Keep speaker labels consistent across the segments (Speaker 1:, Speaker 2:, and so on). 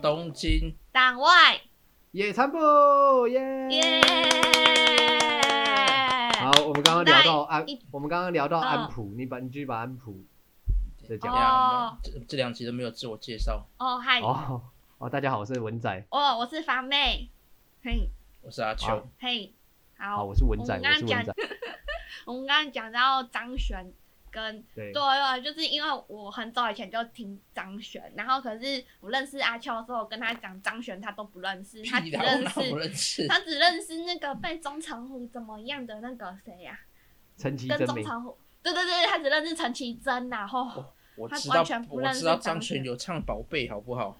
Speaker 1: 东京
Speaker 2: 党外
Speaker 1: 野餐部，耶、
Speaker 2: 耶！
Speaker 1: 好，我们刚刚聊到安
Speaker 2: 那一，
Speaker 1: 我们刚刚聊到安
Speaker 2: 嗯
Speaker 1: 普，你把你继续把安普再讲对
Speaker 2: 哦
Speaker 1: 这这两集都没有自我介绍，
Speaker 2: 哦嗨，哦
Speaker 1: 哦哦，大家好，我是文仔，
Speaker 2: 我是方妹，嘿
Speaker 1: 我是阿秋，好
Speaker 2: 嘿，
Speaker 1: 好，
Speaker 2: 好，
Speaker 1: 我是文仔，
Speaker 2: 我们刚
Speaker 1: 我是文
Speaker 2: 刚
Speaker 1: 仔，
Speaker 2: 我们刚刚讲到张悬跟对
Speaker 1: 对
Speaker 2: 对，就是因为我很早以前就听张悬，然后可是我认识阿秋的时候，我跟他讲张悬，他都不认识，他只
Speaker 1: 屁啦我
Speaker 2: 认
Speaker 1: 哪有
Speaker 2: 识
Speaker 1: 认识？
Speaker 2: 他只认识那个被钟成虎怎么样的那个谁呀、
Speaker 1: 陈其
Speaker 2: 跟
Speaker 1: 真
Speaker 2: 钟
Speaker 1: 名，
Speaker 2: 成虎，对对对，他只认识陈绮贞呐，
Speaker 1: 哦
Speaker 2: 吼、
Speaker 3: 我
Speaker 2: 他
Speaker 3: 知
Speaker 2: 完
Speaker 3: 道
Speaker 2: 全，不
Speaker 3: 我
Speaker 2: 认识
Speaker 3: 知道
Speaker 2: 张
Speaker 3: 张
Speaker 2: 悬
Speaker 3: 悬有唱《宝贝》，好不好？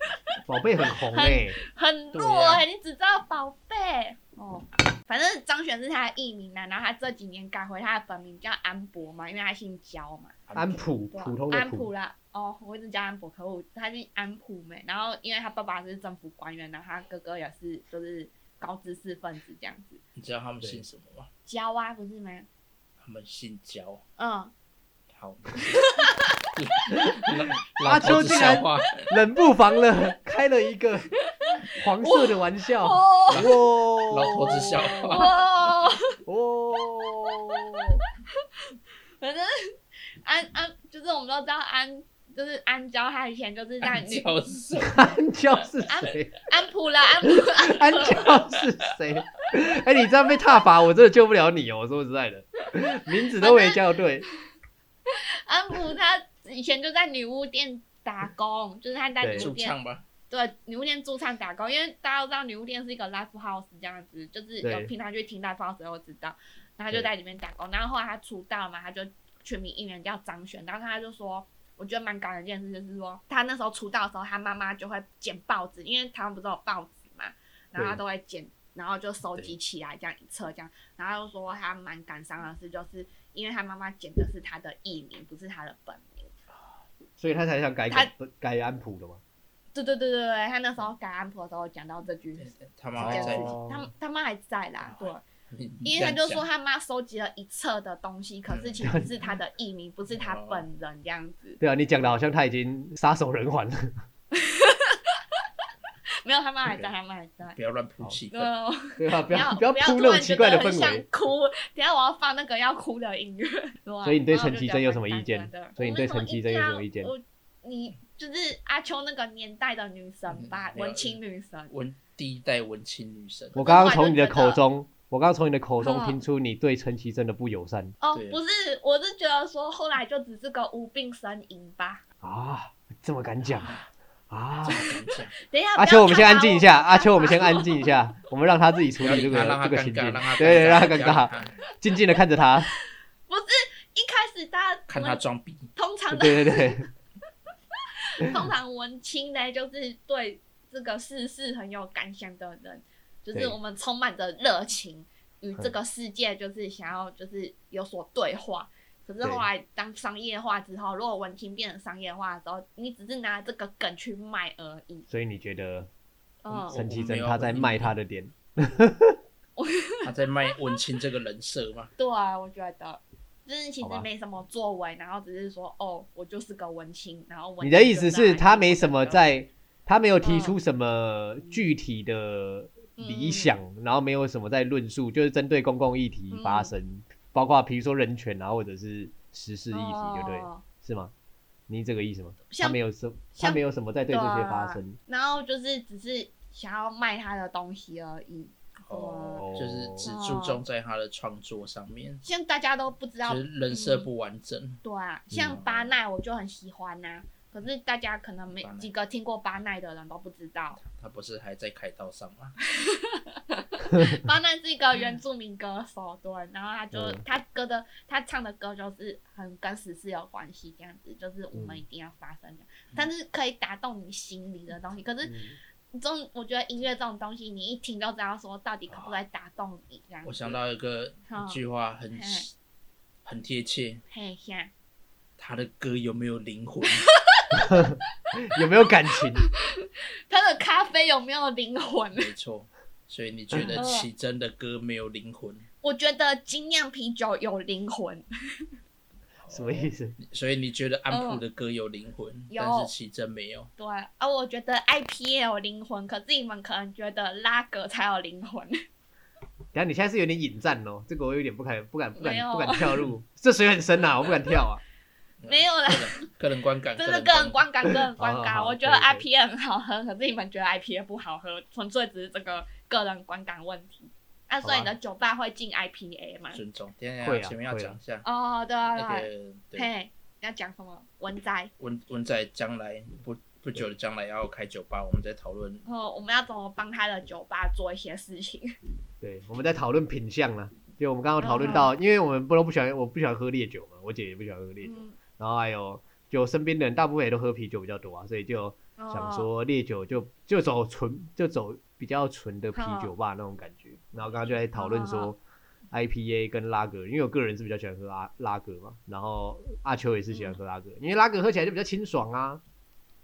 Speaker 1: 宝贝很红欸诶，
Speaker 2: 很
Speaker 3: 对
Speaker 2: 弱
Speaker 3: 啊
Speaker 2: 哎、你只知道宝贝哦。反正张悬是他的艺名啊，然后他这几年改回他的本名叫安博嘛，因为他姓焦嘛，
Speaker 1: 安普
Speaker 2: 对吧啊
Speaker 1: 普通
Speaker 2: 安
Speaker 1: 的
Speaker 2: 普
Speaker 1: 普，
Speaker 2: 啦。哦，我一直叫安博，可恶，他是安普妹。然后因为他爸爸是政府官员，然后他哥哥也是就是高知识分子这样子。
Speaker 3: 你知道他们姓什么吗？
Speaker 2: 焦啊，不是吗？
Speaker 3: 他们姓焦。
Speaker 2: 嗯，
Speaker 3: 好，
Speaker 1: 阿秋
Speaker 3: 这
Speaker 1: 竟然
Speaker 3: 笑话，
Speaker 1: 冷不防了，开了一个黄色的玩笑，哇
Speaker 2: 哦，
Speaker 3: 老头子笑话。
Speaker 2: 哦，
Speaker 1: 哦，
Speaker 2: 反正安安就是我们都知道安就是安娇，她以前就是在
Speaker 3: 安
Speaker 2: 女
Speaker 3: 娇是什么？
Speaker 1: 安娇是谁？
Speaker 2: 安普啦，安普安
Speaker 1: 安娇是谁？哎、你这样被踏伐，我真的救不了你哦。我说实在的，名字都没叫对。
Speaker 2: 安普她以前就在女巫店打工，就是她在
Speaker 1: 对
Speaker 2: 女巫
Speaker 3: 主
Speaker 2: 店
Speaker 3: 唱吧，
Speaker 2: 对女巫店驻唱打工，因为大家都知道女巫店是一个 live house 这样子，就是
Speaker 1: 对
Speaker 2: 有平常去听 live house 的我知道，然后她就
Speaker 1: 对
Speaker 2: 在里面打工，然后后来她出道嘛，她就全民艺人叫张悬，然后她就说。我觉得蛮感人的一件事，就是说她那时候出道的时候，她妈妈就会剪报纸，因为台湾不是有报纸嘛，然后她
Speaker 1: 对
Speaker 2: 都会剪，然后就收集起来这样一册这样，然后她就说她蛮感伤的事，就是因为她妈妈剪的是她的艺名，不是她的本名。
Speaker 1: 所以他才想改
Speaker 2: 他
Speaker 1: 不改安普的嘛。
Speaker 2: 对对对对对，他那时候改安普的时候讲到这句
Speaker 3: 他妈
Speaker 2: 这
Speaker 3: 还
Speaker 2: 件
Speaker 3: 在
Speaker 2: 事
Speaker 1: 哦嗯
Speaker 2: 情，他他妈还在啦，对，
Speaker 3: 你
Speaker 2: 因为他就说，他妈收集了一册的东西，可
Speaker 1: 嗯
Speaker 2: 是其实是他的艺名，不是他
Speaker 1: 哦
Speaker 2: 本人这样子，
Speaker 1: 对啊，你讲的好像他已经撒手人寰了。
Speaker 2: 没有他妈还在，他妈还在。
Speaker 3: 不要乱铺气
Speaker 2: 对
Speaker 3: 氛。，
Speaker 1: 对啊，不
Speaker 2: 不
Speaker 1: 要
Speaker 2: 要
Speaker 1: 不要
Speaker 2: 不要
Speaker 1: 铺
Speaker 2: 突
Speaker 1: 那种
Speaker 2: 然
Speaker 1: 奇
Speaker 2: 觉
Speaker 1: 怪的
Speaker 2: 得
Speaker 1: 氛
Speaker 2: 很想
Speaker 1: 围。
Speaker 2: 哭，等一下我要放那个要哭的音乐。对啊
Speaker 1: 所以你对
Speaker 2: 然后
Speaker 1: 陈
Speaker 2: 就
Speaker 1: 绮
Speaker 2: 觉
Speaker 1: 贞
Speaker 2: 得
Speaker 1: 有
Speaker 2: 蛮
Speaker 1: 什么意
Speaker 2: 感
Speaker 1: 见
Speaker 2: 人的我
Speaker 1: 所以你
Speaker 2: 没
Speaker 1: 对
Speaker 2: 什么
Speaker 1: 陈绮贞有什么意见
Speaker 2: 啊？我你就是阿秋那个年代的女神吧，
Speaker 3: 嗯
Speaker 2: 文青女神。
Speaker 3: 文第一代文青女神，
Speaker 1: 我刚刚
Speaker 2: 我
Speaker 1: 从你的
Speaker 2: 就觉得
Speaker 1: 口中，我刚刚从你的口中
Speaker 2: 嗯
Speaker 1: 听出你对陈绮贞的不友善
Speaker 2: 哦
Speaker 3: 对，
Speaker 2: 不是，我是觉得说后来就只是个无病呻吟吧。
Speaker 1: 啊，这么敢讲 啊！
Speaker 3: 怎么讲
Speaker 2: 等一下，不要
Speaker 1: 阿
Speaker 2: 哦
Speaker 1: 秋，我们先
Speaker 2: 插
Speaker 1: 安
Speaker 2: 话
Speaker 1: 静一下。阿秋，我们先安静一下，我们让他自己
Speaker 3: 不
Speaker 1: 处
Speaker 3: 要
Speaker 1: 理这
Speaker 3: 理
Speaker 1: 个
Speaker 3: 他，让他
Speaker 1: 这个
Speaker 3: 尴
Speaker 1: 情
Speaker 3: 尬，
Speaker 1: 境
Speaker 3: 让他。
Speaker 1: 对对，让他
Speaker 3: 不
Speaker 1: 尴
Speaker 3: 要理
Speaker 1: 尬，
Speaker 3: 他，
Speaker 1: 静静的看着他。
Speaker 2: 不是一开始大家
Speaker 3: 看他
Speaker 2: 文
Speaker 3: 装逼。
Speaker 2: 通常的
Speaker 1: 对对对。
Speaker 2: 通常文青呢，就是对这个世事很有感想的人，就是
Speaker 1: 对嗯
Speaker 2: 我们充满着热情，与这个世界就是想要就是有所对话。可是
Speaker 1: 对
Speaker 2: 后来当商业化之后，如果文青变成商业化的时候，你只是拿这个梗去卖而已。
Speaker 1: 所以你觉得
Speaker 2: 嗯，
Speaker 1: 陈绮贞
Speaker 3: 我没有
Speaker 1: 她在卖她的点？
Speaker 3: 他在卖文青这个人设 吗？
Speaker 2: 对啊，我觉得。就是其
Speaker 1: 好吧
Speaker 2: 实没什么作为，然后只是说哦，我就是个文青，然后文
Speaker 1: 你
Speaker 2: 青
Speaker 1: 的意思
Speaker 2: 就是来
Speaker 1: 她没什么
Speaker 2: 我的
Speaker 1: 在，她没有
Speaker 2: 嗯
Speaker 1: 提出什么具体的理想，然后没有什么在论述，就是针对公共议
Speaker 2: 嗯
Speaker 1: 题发声，包括比如说人权啊，或者是时事议题，对不对？
Speaker 2: 哦
Speaker 1: 是吗？你这个意思吗？
Speaker 2: 像
Speaker 1: 她没有什，她
Speaker 2: 像
Speaker 1: 没有什么在对这些发
Speaker 2: 对啊
Speaker 1: 声。
Speaker 2: 然后就是只是想要卖他的东西而已。
Speaker 3: 哦，就是只注重在他的创作上面，
Speaker 2: 像大家都不知道
Speaker 3: 就，是人设不完整。
Speaker 2: 对啊，像巴奈我就很喜欢呐、可是大家可能没
Speaker 3: 巴奈
Speaker 2: 几个听过巴奈的人都不知道，
Speaker 3: 他不是还在开刀上吗？
Speaker 2: 嗯巴奈是一个原住民歌手，对，然后他就、
Speaker 1: 嗯
Speaker 2: 他歌的他唱的歌就是很跟时事有关系，这样子就是我们
Speaker 1: 嗯
Speaker 2: 一定要发生的，
Speaker 3: 嗯
Speaker 2: 但是可以打动你心里的东西。可是这种我觉得音乐这种东西，你一听就知道说到底可不可以打动你这样子。
Speaker 3: 我想到一个
Speaker 2: 好
Speaker 3: 一句话很
Speaker 2: 嗯
Speaker 3: 很贴切，
Speaker 2: 嘿下，
Speaker 3: 他的歌有没有灵魂？
Speaker 1: 有没有感情？
Speaker 2: 他的咖啡有没有灵魂？
Speaker 3: 没错，所以你觉得启 真的歌没有灵魂？
Speaker 2: 我觉得精酿啤酒有灵魂，
Speaker 1: 什么意思？
Speaker 3: 哦所以你觉得安普的歌有灵魂，
Speaker 2: 哦有
Speaker 3: 但是奇珍没有。
Speaker 2: 对，啊，我觉得 IP 也有灵魂，可是你们可能觉得拉格才有灵魂。
Speaker 1: 啊等下你现在是有点引战哦，这个我有点不敢不敢不
Speaker 2: 没
Speaker 1: 敢
Speaker 2: 有
Speaker 1: 不敢跳入，这水很深呐，我不敢跳啊。
Speaker 2: 没有啦
Speaker 3: 个，人个人观 感，
Speaker 2: 这是个人
Speaker 3: 观
Speaker 2: 观感，个人观
Speaker 1: 啊好好
Speaker 2: 感。
Speaker 1: 好
Speaker 2: 我觉得
Speaker 1: 可以可
Speaker 2: IP 很好喝，可是你们觉得 IP 不好喝，纯粹只是这个个人观感问题。那所以
Speaker 1: 好啊
Speaker 2: 你的酒吧会进 IPA 吗
Speaker 3: 感？尊重。等一下
Speaker 1: 会啊
Speaker 3: 前面要
Speaker 1: 会啊
Speaker 3: 讲一下
Speaker 2: 哦，对啊，对
Speaker 3: 那
Speaker 2: 啊
Speaker 3: 个对
Speaker 2: 嘿，你要讲什么？文摘。
Speaker 3: 文文仔将来不不久的将来要开酒吧，我们再讨论。
Speaker 2: 然后我们要怎么帮他的酒吧做一些事情？
Speaker 1: 对，我们在讨论品相啦，就我们刚刚
Speaker 2: 嗯
Speaker 1: 讨论到，因为我们不都不喜欢，我不喜欢喝烈酒嘛，我姐也不喜欢喝烈酒，
Speaker 2: 嗯，
Speaker 1: 然后还有就身边的人大部分也都喝啤酒比较多啊，所以就想
Speaker 2: 哦，
Speaker 1: 说烈酒就就走纯就走比较纯的啤酒吧那种感觉，然后刚刚就在讨论
Speaker 2: 嗯
Speaker 1: 说 IPA 跟拉格，因为我个人是比较喜欢喝拉拉格嘛，然后阿秋也是喜欢
Speaker 2: 嗯
Speaker 1: 喝拉格，因为拉格喝起来就比较清爽啊，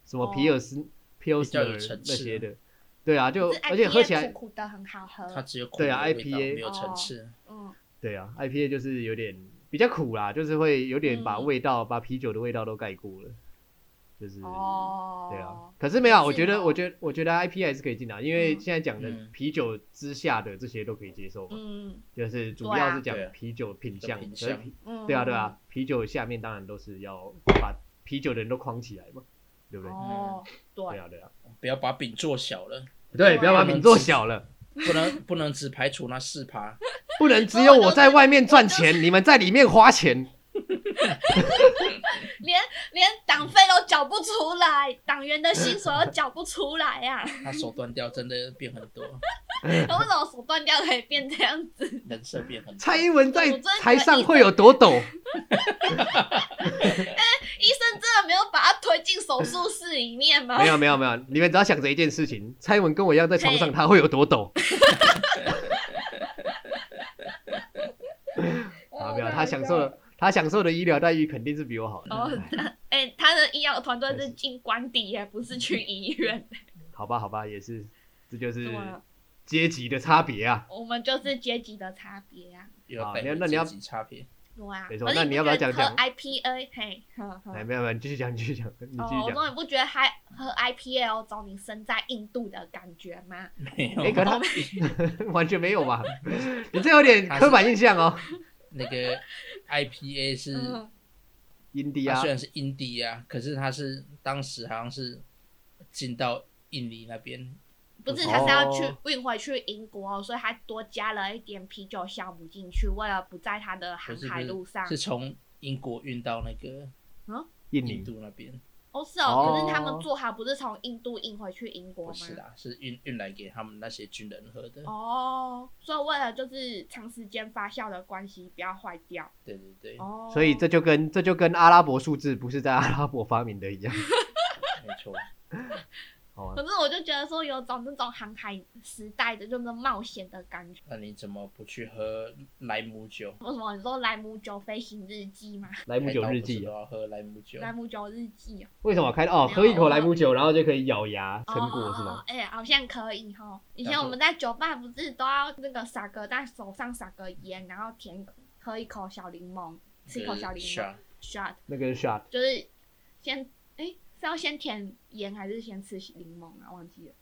Speaker 1: 什
Speaker 2: 哦
Speaker 1: 么皮尔斯、皮尔斯
Speaker 3: 比较有层次
Speaker 1: 那些的，对啊，就
Speaker 2: 可是
Speaker 1: 而且喝起
Speaker 2: IPA
Speaker 1: 来
Speaker 2: 苦苦的很好
Speaker 3: 它
Speaker 2: 喝。
Speaker 3: 只有苦
Speaker 1: 对啊
Speaker 3: 的味道
Speaker 1: IPA
Speaker 3: 没有层次。
Speaker 2: 嗯，
Speaker 1: 对啊，IPA 就是有点比较苦啦，就是会有点把
Speaker 2: 嗯
Speaker 1: 味道、把啤酒的味道都盖过了，就是、
Speaker 2: 哦，
Speaker 1: 对啊。可是没有啊，
Speaker 2: 是
Speaker 1: 我觉得，
Speaker 2: 哦
Speaker 1: 我觉得，我觉得 IPA 还是可以进来，因为
Speaker 2: 嗯
Speaker 1: 现在讲的
Speaker 3: 嗯
Speaker 1: 啤酒之下的这些都可以接受嘛，
Speaker 2: 嗯
Speaker 1: 就是主要是讲
Speaker 3: 对啊
Speaker 1: 啤酒品
Speaker 3: 对啊
Speaker 1: 相，
Speaker 3: 品
Speaker 1: 可是
Speaker 3: 相
Speaker 1: 啤
Speaker 2: 嗯，
Speaker 1: 对啊对啊，啤酒下面当然都是要把啤酒的人都框起来嘛，对不对？
Speaker 2: 哦，
Speaker 1: 对
Speaker 2: 对，
Speaker 1: 啊对啊，
Speaker 3: 不要把饼做小了，
Speaker 1: 对，
Speaker 2: 哦啊
Speaker 1: 不要把饼做小了。
Speaker 3: 不能不能只排除那四趴。
Speaker 1: 不能只有我在外面赚钱，你们在里面花钱。
Speaker 2: 连连党费都缴不出来，党员的薪水都缴不出来呀、啊！
Speaker 3: 他手断掉真的变很多，
Speaker 2: 为什么手断掉可以变这样子？
Speaker 3: 人设变很多。
Speaker 1: 蔡英文
Speaker 2: 我
Speaker 1: 在
Speaker 2: 真的
Speaker 1: 台上会有多抖？
Speaker 2: 医生真的没有把他推进手术室里面吗？
Speaker 1: 没有没有没有，你们只要想着一件事情，蔡英文跟我一样在床 上，
Speaker 2: 嘿
Speaker 1: 他会有多抖？啊，
Speaker 2: 哦，
Speaker 1: 没有，他享受了，他享受的医疗待遇肯定是比我好的，
Speaker 2: 哦，哎、他的医疗团队是进官邸，也不是去医院。
Speaker 1: 好吧好吧，也是，这就是
Speaker 2: 对啊
Speaker 1: 阶级的差别啊。
Speaker 2: 我们就是阶级的差别啊，
Speaker 3: 又要
Speaker 1: 好
Speaker 3: 带
Speaker 1: 那那你要
Speaker 3: 回自己差 别，
Speaker 2: 对啊。
Speaker 1: 没错
Speaker 2: 可是
Speaker 1: 那你要不要
Speaker 2: 觉得
Speaker 1: 讲
Speaker 2: 喝
Speaker 1: 讲
Speaker 2: IPA？嘿，呵呵
Speaker 1: 哎，没有没有，你继续讲，你继续讲，你继
Speaker 2: 哦，
Speaker 1: 续
Speaker 2: 我
Speaker 1: 讲。
Speaker 2: 说你不觉得还喝 IPA 有种你身在印度的感觉吗？
Speaker 3: 没有
Speaker 1: 哎，可
Speaker 2: 哦
Speaker 1: 他 完全没有吧？你这有点刻板印象哦。
Speaker 3: 那个 IPA 是，
Speaker 2: 嗯，
Speaker 1: 印第
Speaker 3: 它
Speaker 1: 安
Speaker 3: 虽然是印第安，可是它是当时好像是进到印尼那边，
Speaker 2: 不是，
Speaker 1: 哦
Speaker 2: 他是要去运回去英国，所以他多加了一点啤酒酵母进去，为了不在他的
Speaker 3: 不
Speaker 2: 航
Speaker 3: 是
Speaker 2: 海路上
Speaker 3: 不是。是从英国运到那个印
Speaker 1: 印尼
Speaker 3: 度那边，
Speaker 2: 哦，是哦，
Speaker 1: 哦
Speaker 2: 可是他们做好不是从印度运回去英
Speaker 3: 不
Speaker 2: 国吗？
Speaker 3: 是啦，是运运来给他们那些军人喝的。
Speaker 2: 哦，所以为了就是长时间发酵的关系，不要坏掉。
Speaker 3: 对对对，
Speaker 2: 哦，
Speaker 1: 所以这就跟这就跟阿拉伯数字不是在阿拉伯发明的 一样，哦
Speaker 3: 没错，
Speaker 1: 好吗？
Speaker 2: 可是我就觉得说有种那种航海时代的就是冒险的感觉。
Speaker 3: 那你怎么不去喝莱姆酒？
Speaker 2: 为什么你说莱姆酒飞行日记吗？
Speaker 1: 莱姆酒
Speaker 3: 海岛
Speaker 1: 日
Speaker 3: 不是
Speaker 1: 记哦
Speaker 3: 都，要喝莱姆酒，
Speaker 2: 莱姆酒日记哦，
Speaker 1: 为什么开
Speaker 2: 没
Speaker 1: 哦？
Speaker 2: 有
Speaker 1: 喝一口
Speaker 2: 我
Speaker 1: 莱姆酒，然后就可以咬牙成果
Speaker 2: 哦
Speaker 1: 是
Speaker 2: 哦
Speaker 1: 吗
Speaker 2: 哦？哎、好像可以哈。以前
Speaker 3: 然后
Speaker 2: 我们在酒吧不是都要那个撒个在手上撒个烟，然后舔喝一口小柠檬，吃一口小柠
Speaker 3: 是
Speaker 2: 檬
Speaker 3: 啊，
Speaker 2: shot，
Speaker 1: 那个 shot
Speaker 2: 就是先哎、是要先舔盐还是先吃柠檬啊？忘记了。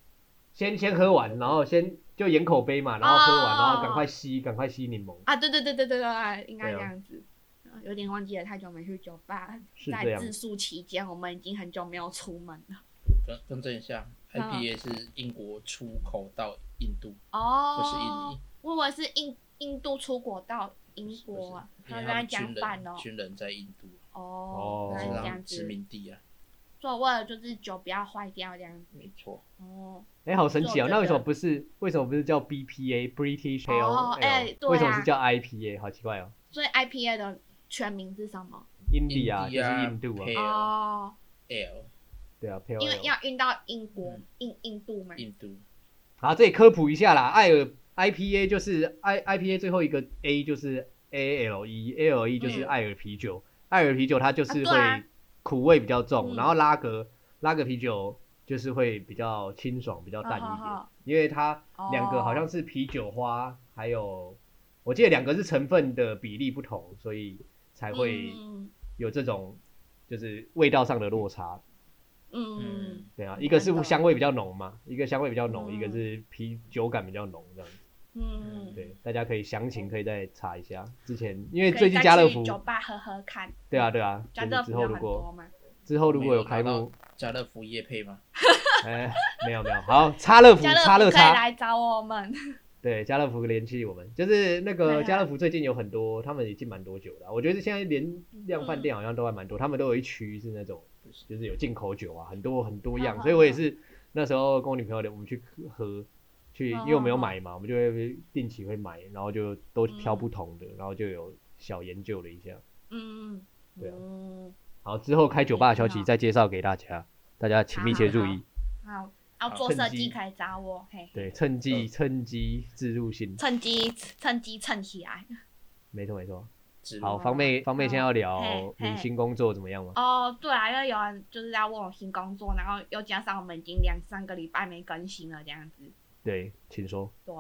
Speaker 1: 先先喝完，然后先就掩口杯嘛，然后喝完，
Speaker 2: 哦
Speaker 1: 然后赶快吸，赶快吸柠檬，
Speaker 2: 啊，对对对对对对，应该
Speaker 1: 对啊
Speaker 2: 这样子。啊有点忘记了，太久没去酒吧了。
Speaker 1: 是这
Speaker 2: 在
Speaker 1: 样。
Speaker 2: 自述期间，我们已经很久没有出门了。
Speaker 3: 更更正一下
Speaker 2: 嗯
Speaker 3: ，IPA 是英国出口到印度，
Speaker 2: 哦，
Speaker 3: 不是印尼。
Speaker 2: 我以为是印印度出国到英国啊，
Speaker 3: 因为
Speaker 2: 原
Speaker 3: 哎他
Speaker 2: 来
Speaker 3: 们
Speaker 2: 讲
Speaker 3: 军
Speaker 2: 反
Speaker 3: 人
Speaker 2: 哦。
Speaker 3: 军人在印度，
Speaker 2: 哦
Speaker 1: 哦，
Speaker 2: 原
Speaker 3: 是
Speaker 2: 来是
Speaker 3: 他
Speaker 2: 这样
Speaker 3: 们殖
Speaker 2: 子。
Speaker 3: 民地啊，
Speaker 2: 所以为了就是酒不要坏掉这样子。
Speaker 3: 没错。
Speaker 2: 哦，
Speaker 1: 哎，好神奇
Speaker 2: 这种
Speaker 1: 哦！那为什么不是为什么不是叫 BPA British
Speaker 2: 哦
Speaker 1: Pale
Speaker 2: 哎
Speaker 1: Ale？
Speaker 2: 对啊
Speaker 1: 为什么是叫 IPA？好奇怪哦。
Speaker 2: 所以 IPA 的全名是什么？
Speaker 1: India 就
Speaker 3: India
Speaker 1: 是印度啊，
Speaker 3: Pale
Speaker 2: 哦，
Speaker 3: L
Speaker 1: 对啊，Pale
Speaker 2: 因为
Speaker 1: Ale。
Speaker 2: 要运到英国
Speaker 3: 嗯
Speaker 2: 印印度嘛。
Speaker 3: 印度
Speaker 1: 好，这里科普一下啦，艾尔 IPA 就是 I IPA 最后一个 A 就是 ALE，ALE E 就是
Speaker 2: 嗯
Speaker 1: 艾尔啤酒，艾尔啤酒它就是
Speaker 2: 啊对啊
Speaker 1: 会苦味比较重，
Speaker 2: 嗯
Speaker 1: 然后拉格拉格啤酒就是会比较清爽、比较淡一点，
Speaker 2: 哦好好好
Speaker 1: 因为它
Speaker 2: 哦
Speaker 1: 两个好像是啤酒花，还有我记得两个是成分的比例不同，所以才会
Speaker 2: 嗯
Speaker 1: 有这种就是味道上的落差，
Speaker 2: 嗯，
Speaker 1: 对啊，一个是
Speaker 2: 真的
Speaker 1: 香味比较浓嘛，一个香味比较浓，
Speaker 2: 嗯
Speaker 1: 一个是啤酒感比较浓这样。
Speaker 2: 嗯，
Speaker 1: 对，大家可以详情可以再查一下。之前因为
Speaker 2: 可以
Speaker 1: 最近
Speaker 2: 再
Speaker 1: 家乐
Speaker 2: 去
Speaker 1: 福，
Speaker 2: 酒吧喝喝看，
Speaker 1: 对啊对啊，就
Speaker 2: 家乐福
Speaker 1: 是之后
Speaker 2: 有
Speaker 1: 如
Speaker 2: 很多
Speaker 1: 果
Speaker 2: 吗？
Speaker 1: 之后如果有开
Speaker 3: 没有
Speaker 1: 幕，
Speaker 3: 家乐福业配吗？
Speaker 1: 哎，没有没有，好，叉乐福，
Speaker 2: 家乐
Speaker 1: 叉嗯乐
Speaker 2: 福可以
Speaker 1: 叉，
Speaker 2: 来找我 们，
Speaker 1: 对，家乐福联系我们，就是那个
Speaker 2: 对啊
Speaker 1: 家乐福最近有很多，他们也进蛮多酒的啊。我觉得现在连量饭
Speaker 2: 嗯
Speaker 1: 店好像都还蛮多，他们都有一区是那种就是有进口酒啊，很多很多样。
Speaker 2: 嗯
Speaker 1: 所以我也是那时候跟我女朋友聊，我们去喝，去
Speaker 2: 嗯
Speaker 1: 因为我们有买嘛，我们就会定期会买，然后就都挑不同的，然后就有小研究了一下。
Speaker 2: 嗯，
Speaker 1: 对啊
Speaker 2: 嗯，
Speaker 1: 好，之后开酒吧的消
Speaker 2: 嗯
Speaker 1: 息
Speaker 2: 好
Speaker 1: 再介绍给大家，大家请密切注
Speaker 2: 好好
Speaker 1: 意
Speaker 2: 好。好，要
Speaker 3: 好
Speaker 2: 做设
Speaker 1: 趁
Speaker 2: 计
Speaker 1: 机
Speaker 2: 可以找我，嘿，
Speaker 1: 对，趁机
Speaker 2: 嗯
Speaker 1: 趁机自入性，
Speaker 2: 趁机趁机趁起来。
Speaker 1: 没错没错。
Speaker 3: 植入
Speaker 1: 好，方妹方妹现在要
Speaker 2: 嘿
Speaker 1: 聊
Speaker 2: 嗯嘿
Speaker 1: 你新工作怎么样吗？
Speaker 2: 哦，对啊，因为有人就是要问我新工作，然后又加上我们已经两三个礼拜没更新了这样子，
Speaker 1: 对，请说。
Speaker 2: 对。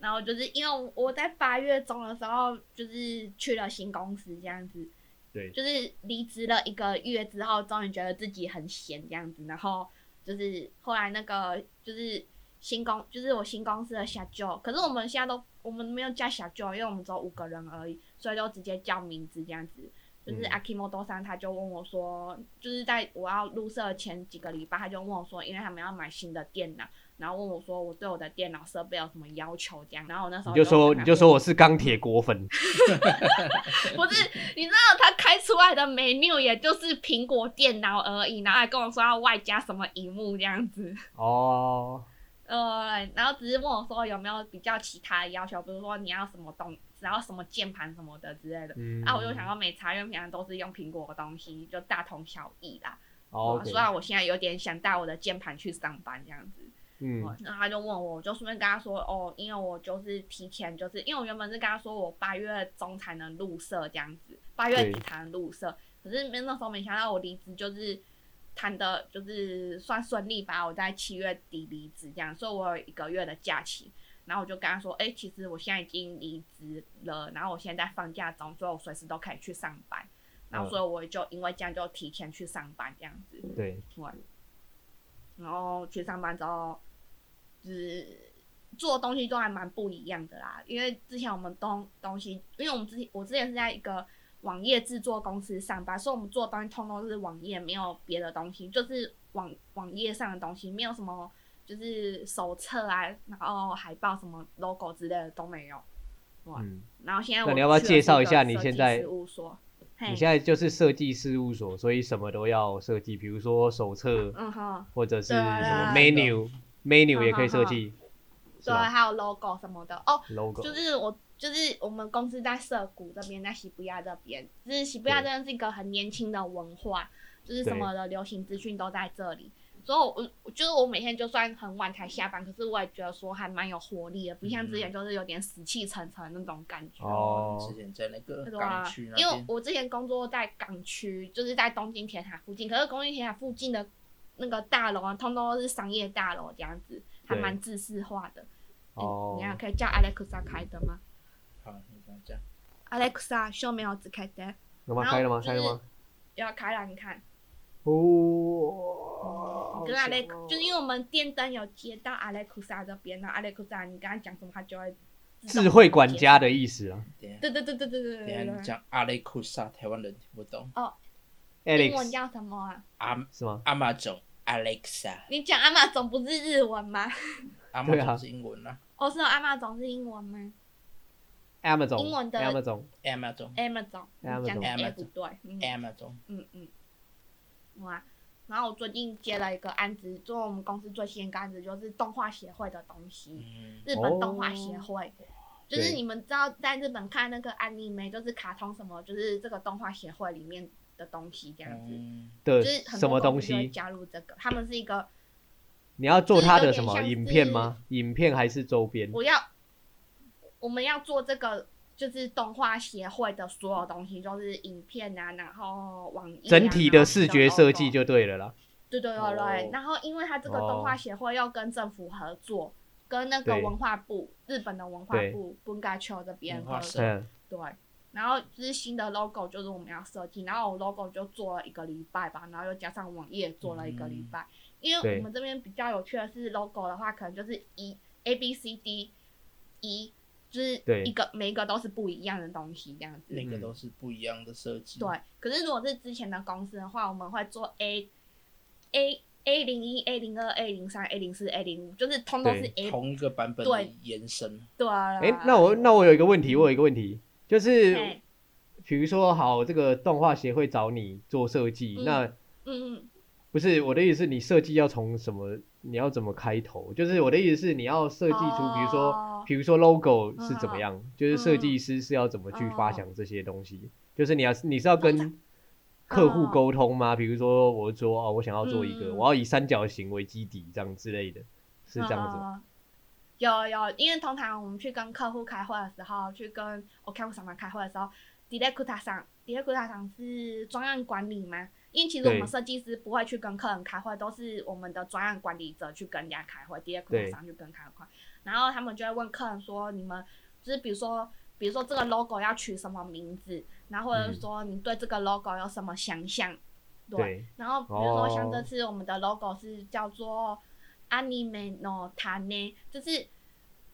Speaker 2: 然后就是因为我在八月中的时候，就是去了新公司这样子，
Speaker 1: 对
Speaker 2: 就是离职了一个月之后，终于觉得自己很闲这样子，然后就是后来那个就是新公，就是我新公司的小舅，可是我们现在都我们没有叫小舅，因为我们只有五个人而已，所以就直接叫名字这样子。就是
Speaker 1: 嗯
Speaker 2: 阿 k i m o d o 桑他就问我说，就是在我要入社前几个礼拜，他就问我说，因为他们要买新的电脑，然后问我说我对我的电脑设备有什么要求这样，然后我那时
Speaker 1: 你
Speaker 2: 候
Speaker 1: 就说
Speaker 2: 跟他
Speaker 1: 你就说我是钢铁果粉，
Speaker 2: 不是，你知道他开出来的 menu 也就是苹果电脑而已，然后还跟我说要外加什么荧幕这样子，
Speaker 1: 哦，
Speaker 2: 呃，然后只是问我说有没有比较其他的要求，比如说你要什么东，只要什么键盘什么的之类的。
Speaker 1: 嗯，
Speaker 2: 啊，我就想要美茶，因为平常都是用苹果的东西，就大同小异啦。
Speaker 1: 哦
Speaker 2: 对啊
Speaker 1: ，OK，
Speaker 2: 虽然我现在有点想带我的键盘去上班这样子，
Speaker 1: 嗯，
Speaker 2: 然后他就问我，我就顺便跟他说，哦，因为我就是提前，就是因为我原本是跟他说我八月中才能入社这样子，八月
Speaker 1: 对
Speaker 2: 底才能入社，可是没那时候没想到我离职就是谈的，就是算顺利吧，我在七月底离职这样，所以我有一个月的假期。然后我就跟他说，哎、其实我现在已经离职了，然后我现在放假中，所以我随时都可以去上班。然后
Speaker 1: 嗯
Speaker 2: 所以我就因为这样就提前去上班这样子。
Speaker 1: 对，嗯
Speaker 2: 对，然后去上班之后，就是做的东西都还蛮不一样的啦。因为之前我们东东西，因为我们之前我之前是在一个网页制作公司上班，所以我们做的东西通通都是网页，没有别的东西，就是网网页上的东西，没有什么就是手册啊，然后海报什么 logo 之类的都没有。哇
Speaker 1: 嗯，
Speaker 2: 然后现在
Speaker 1: 那
Speaker 2: 我
Speaker 1: 你要不要
Speaker 2: 去的
Speaker 1: 介
Speaker 2: 是
Speaker 1: 绍一
Speaker 2: 个
Speaker 1: 下你
Speaker 2: 设
Speaker 1: 现
Speaker 2: 计
Speaker 1: 在
Speaker 2: 事务所？嘿
Speaker 1: 你现在就是设计事务所，所以什么都要设计，比如说手册
Speaker 2: 嗯哼，
Speaker 1: 或者是
Speaker 2: 对啊
Speaker 1: 什
Speaker 3: 对啊
Speaker 1: 么 menu menu
Speaker 2: 嗯
Speaker 1: 也可以
Speaker 2: 好好
Speaker 1: 设计，是
Speaker 2: 对，啊
Speaker 1: 吧
Speaker 2: 还有 logo 什么的哦。
Speaker 1: ？logo，
Speaker 2: 就是我，就是我们公司在涩谷这边，在西伯利亚这边，就是西伯利亚这边是一个很年轻的文化，就是什么的流行资讯都在这里。所以我，我就是我每天就算很晚才下班，可是我也觉得说还蛮有活力的，不像之前就是有点死气沉沉那种感觉。
Speaker 1: 哦
Speaker 3: 之前在那个
Speaker 2: 对啊
Speaker 3: 港区，那
Speaker 2: 因为
Speaker 3: 边，
Speaker 2: 我之前工作在港区，就是在东京铁塔附近，可是东京铁塔附近的那个大楼啊，通通都是商业大楼这样子，还
Speaker 1: 对
Speaker 2: 蛮自式化的。哎
Speaker 1: 哦
Speaker 2: 你，看，可以叫 Alexa 开的吗？
Speaker 3: 好，你这样讲，
Speaker 2: Alexa，秀没有只开灯，
Speaker 1: 有吗？
Speaker 2: 然后
Speaker 1: 开了吗？
Speaker 2: 就是
Speaker 1: 开了吗？
Speaker 2: 要开了，你看，
Speaker 1: 哦，
Speaker 2: 跟
Speaker 1: 好
Speaker 2: Alex
Speaker 1: 香哦
Speaker 2: 就是因为我们电灯有接到 Alexa 这边，然后 Alexa 你跟他讲什么，他就会自动
Speaker 1: 智慧管家的意思啊
Speaker 3: 等一下
Speaker 2: 接。对对对对对对
Speaker 3: 等一下
Speaker 2: 对
Speaker 3: 你
Speaker 2: 对。
Speaker 3: 讲阿雷库萨，台湾人听不懂。
Speaker 2: 英文
Speaker 1: ，Alex
Speaker 2: 叫什么啊？
Speaker 3: 阿
Speaker 1: 是吗？
Speaker 3: 阿玛总 Alexa，
Speaker 2: 你讲阿玛总不是日文吗？
Speaker 3: 阿玛
Speaker 1: 对啊
Speaker 3: 总是英文啊
Speaker 2: 哦，是哦阿玛总是英文吗
Speaker 1: Amazon，
Speaker 2: 英文的
Speaker 1: Amazon，
Speaker 3: ，Amazon
Speaker 2: ？Amazon，你讲
Speaker 1: Amazon
Speaker 2: A 不对，嗯
Speaker 3: Amazon，
Speaker 2: 嗯嗯，哇。然后我最近接了一个案子，做我们公司最新的案子，就是动画协会的东西。
Speaker 3: 嗯，
Speaker 2: 日本动画协会。就是
Speaker 1: 哦对
Speaker 2: 你们知道，在日本看那个安利梅，就是卡通什么，就是这个动画协会里面的东西这样子，
Speaker 3: 嗯
Speaker 1: 的
Speaker 2: 就是很多
Speaker 1: 什么
Speaker 2: 公
Speaker 1: 东
Speaker 2: 司就会
Speaker 1: 西？
Speaker 2: 加入这个，他们是一个，
Speaker 1: 你要做他的什
Speaker 2: 就
Speaker 1: 么
Speaker 2: 是有点像
Speaker 1: 影片吗？影片还是周边？
Speaker 2: 我要我们要做这个，就是动画协会的所有东西，就是影片啊，然后网页、啊、
Speaker 1: 整体的视觉设
Speaker 2: 然后
Speaker 1: 计就对了啦。
Speaker 2: 对对对对，
Speaker 3: 哦
Speaker 2: 然后因为他这个动画协会要跟政府合作，跟那个
Speaker 1: 对
Speaker 2: 文化部日本的文化
Speaker 1: 对
Speaker 2: 部 b u n g a c h o 这边
Speaker 3: 文化
Speaker 2: 合
Speaker 3: 省
Speaker 2: 作，
Speaker 1: 嗯，
Speaker 2: 对，然后就是新的 logo 就是我们要设计，然后我 logo 就做了一个礼拜吧，然后又加上网页做了一个礼拜。因为
Speaker 1: 嗯对
Speaker 2: 我们这边比较有趣的是 logo 的话，可能就是一 A B C D E，就是
Speaker 1: 对
Speaker 2: 一个每一个都是不一样的东西这样子。
Speaker 3: 每个都是不一样的设计。
Speaker 2: 对，可是如果是之前的公司的话，我们会做 A A A 零一、A 零二、A 零三、A 零四、A 零五，就是通通是 A
Speaker 3: 同一个版本的
Speaker 2: 对
Speaker 3: 延伸，
Speaker 2: 对啊啦。
Speaker 1: 哎、那我那我有一个问题，我有一个问题，就是
Speaker 2: 嘿
Speaker 1: 比如说，好，这个动画协会找你做设计，
Speaker 2: 嗯
Speaker 1: 那
Speaker 2: 嗯嗯
Speaker 1: 不是我的意思是，你设计要从什么？你要怎么开头？就是我的意思是，你要设计出，比如说
Speaker 2: 哦，嗯
Speaker 1: 比如说 logo 是怎么样，就是设计师是要怎么去发
Speaker 2: 哦
Speaker 1: 想这些东西，就是你要你是要跟客
Speaker 2: 常
Speaker 1: 户沟通吗？比如说，我说哦，我想要做一个，
Speaker 2: 嗯
Speaker 1: 我要以三角形为基底，这样之类的，是这样子吗？
Speaker 2: 嗯有有，因为通常我们去跟客户开会的时候，去跟我客户上班开会的时候 d i r e c t a 上 d i r e c t a 上是专案管理嘛，因为其实我
Speaker 1: 对
Speaker 2: 们设计师不会去跟客人开会，都是我们的专案管理者去跟人家开会 d i r e c
Speaker 1: 对
Speaker 2: t a 上去跟客人开会，然后他们就会问客人说，你们就是比如说，比如说这个 logo 要取什么名字，然后或者
Speaker 1: 嗯
Speaker 2: 是说你对这个 logo 有什么想象，嗯对，
Speaker 1: 对，
Speaker 2: 然后比如说像
Speaker 1: 哦
Speaker 2: 这次我们的 logo 是叫做 anime no tane，就是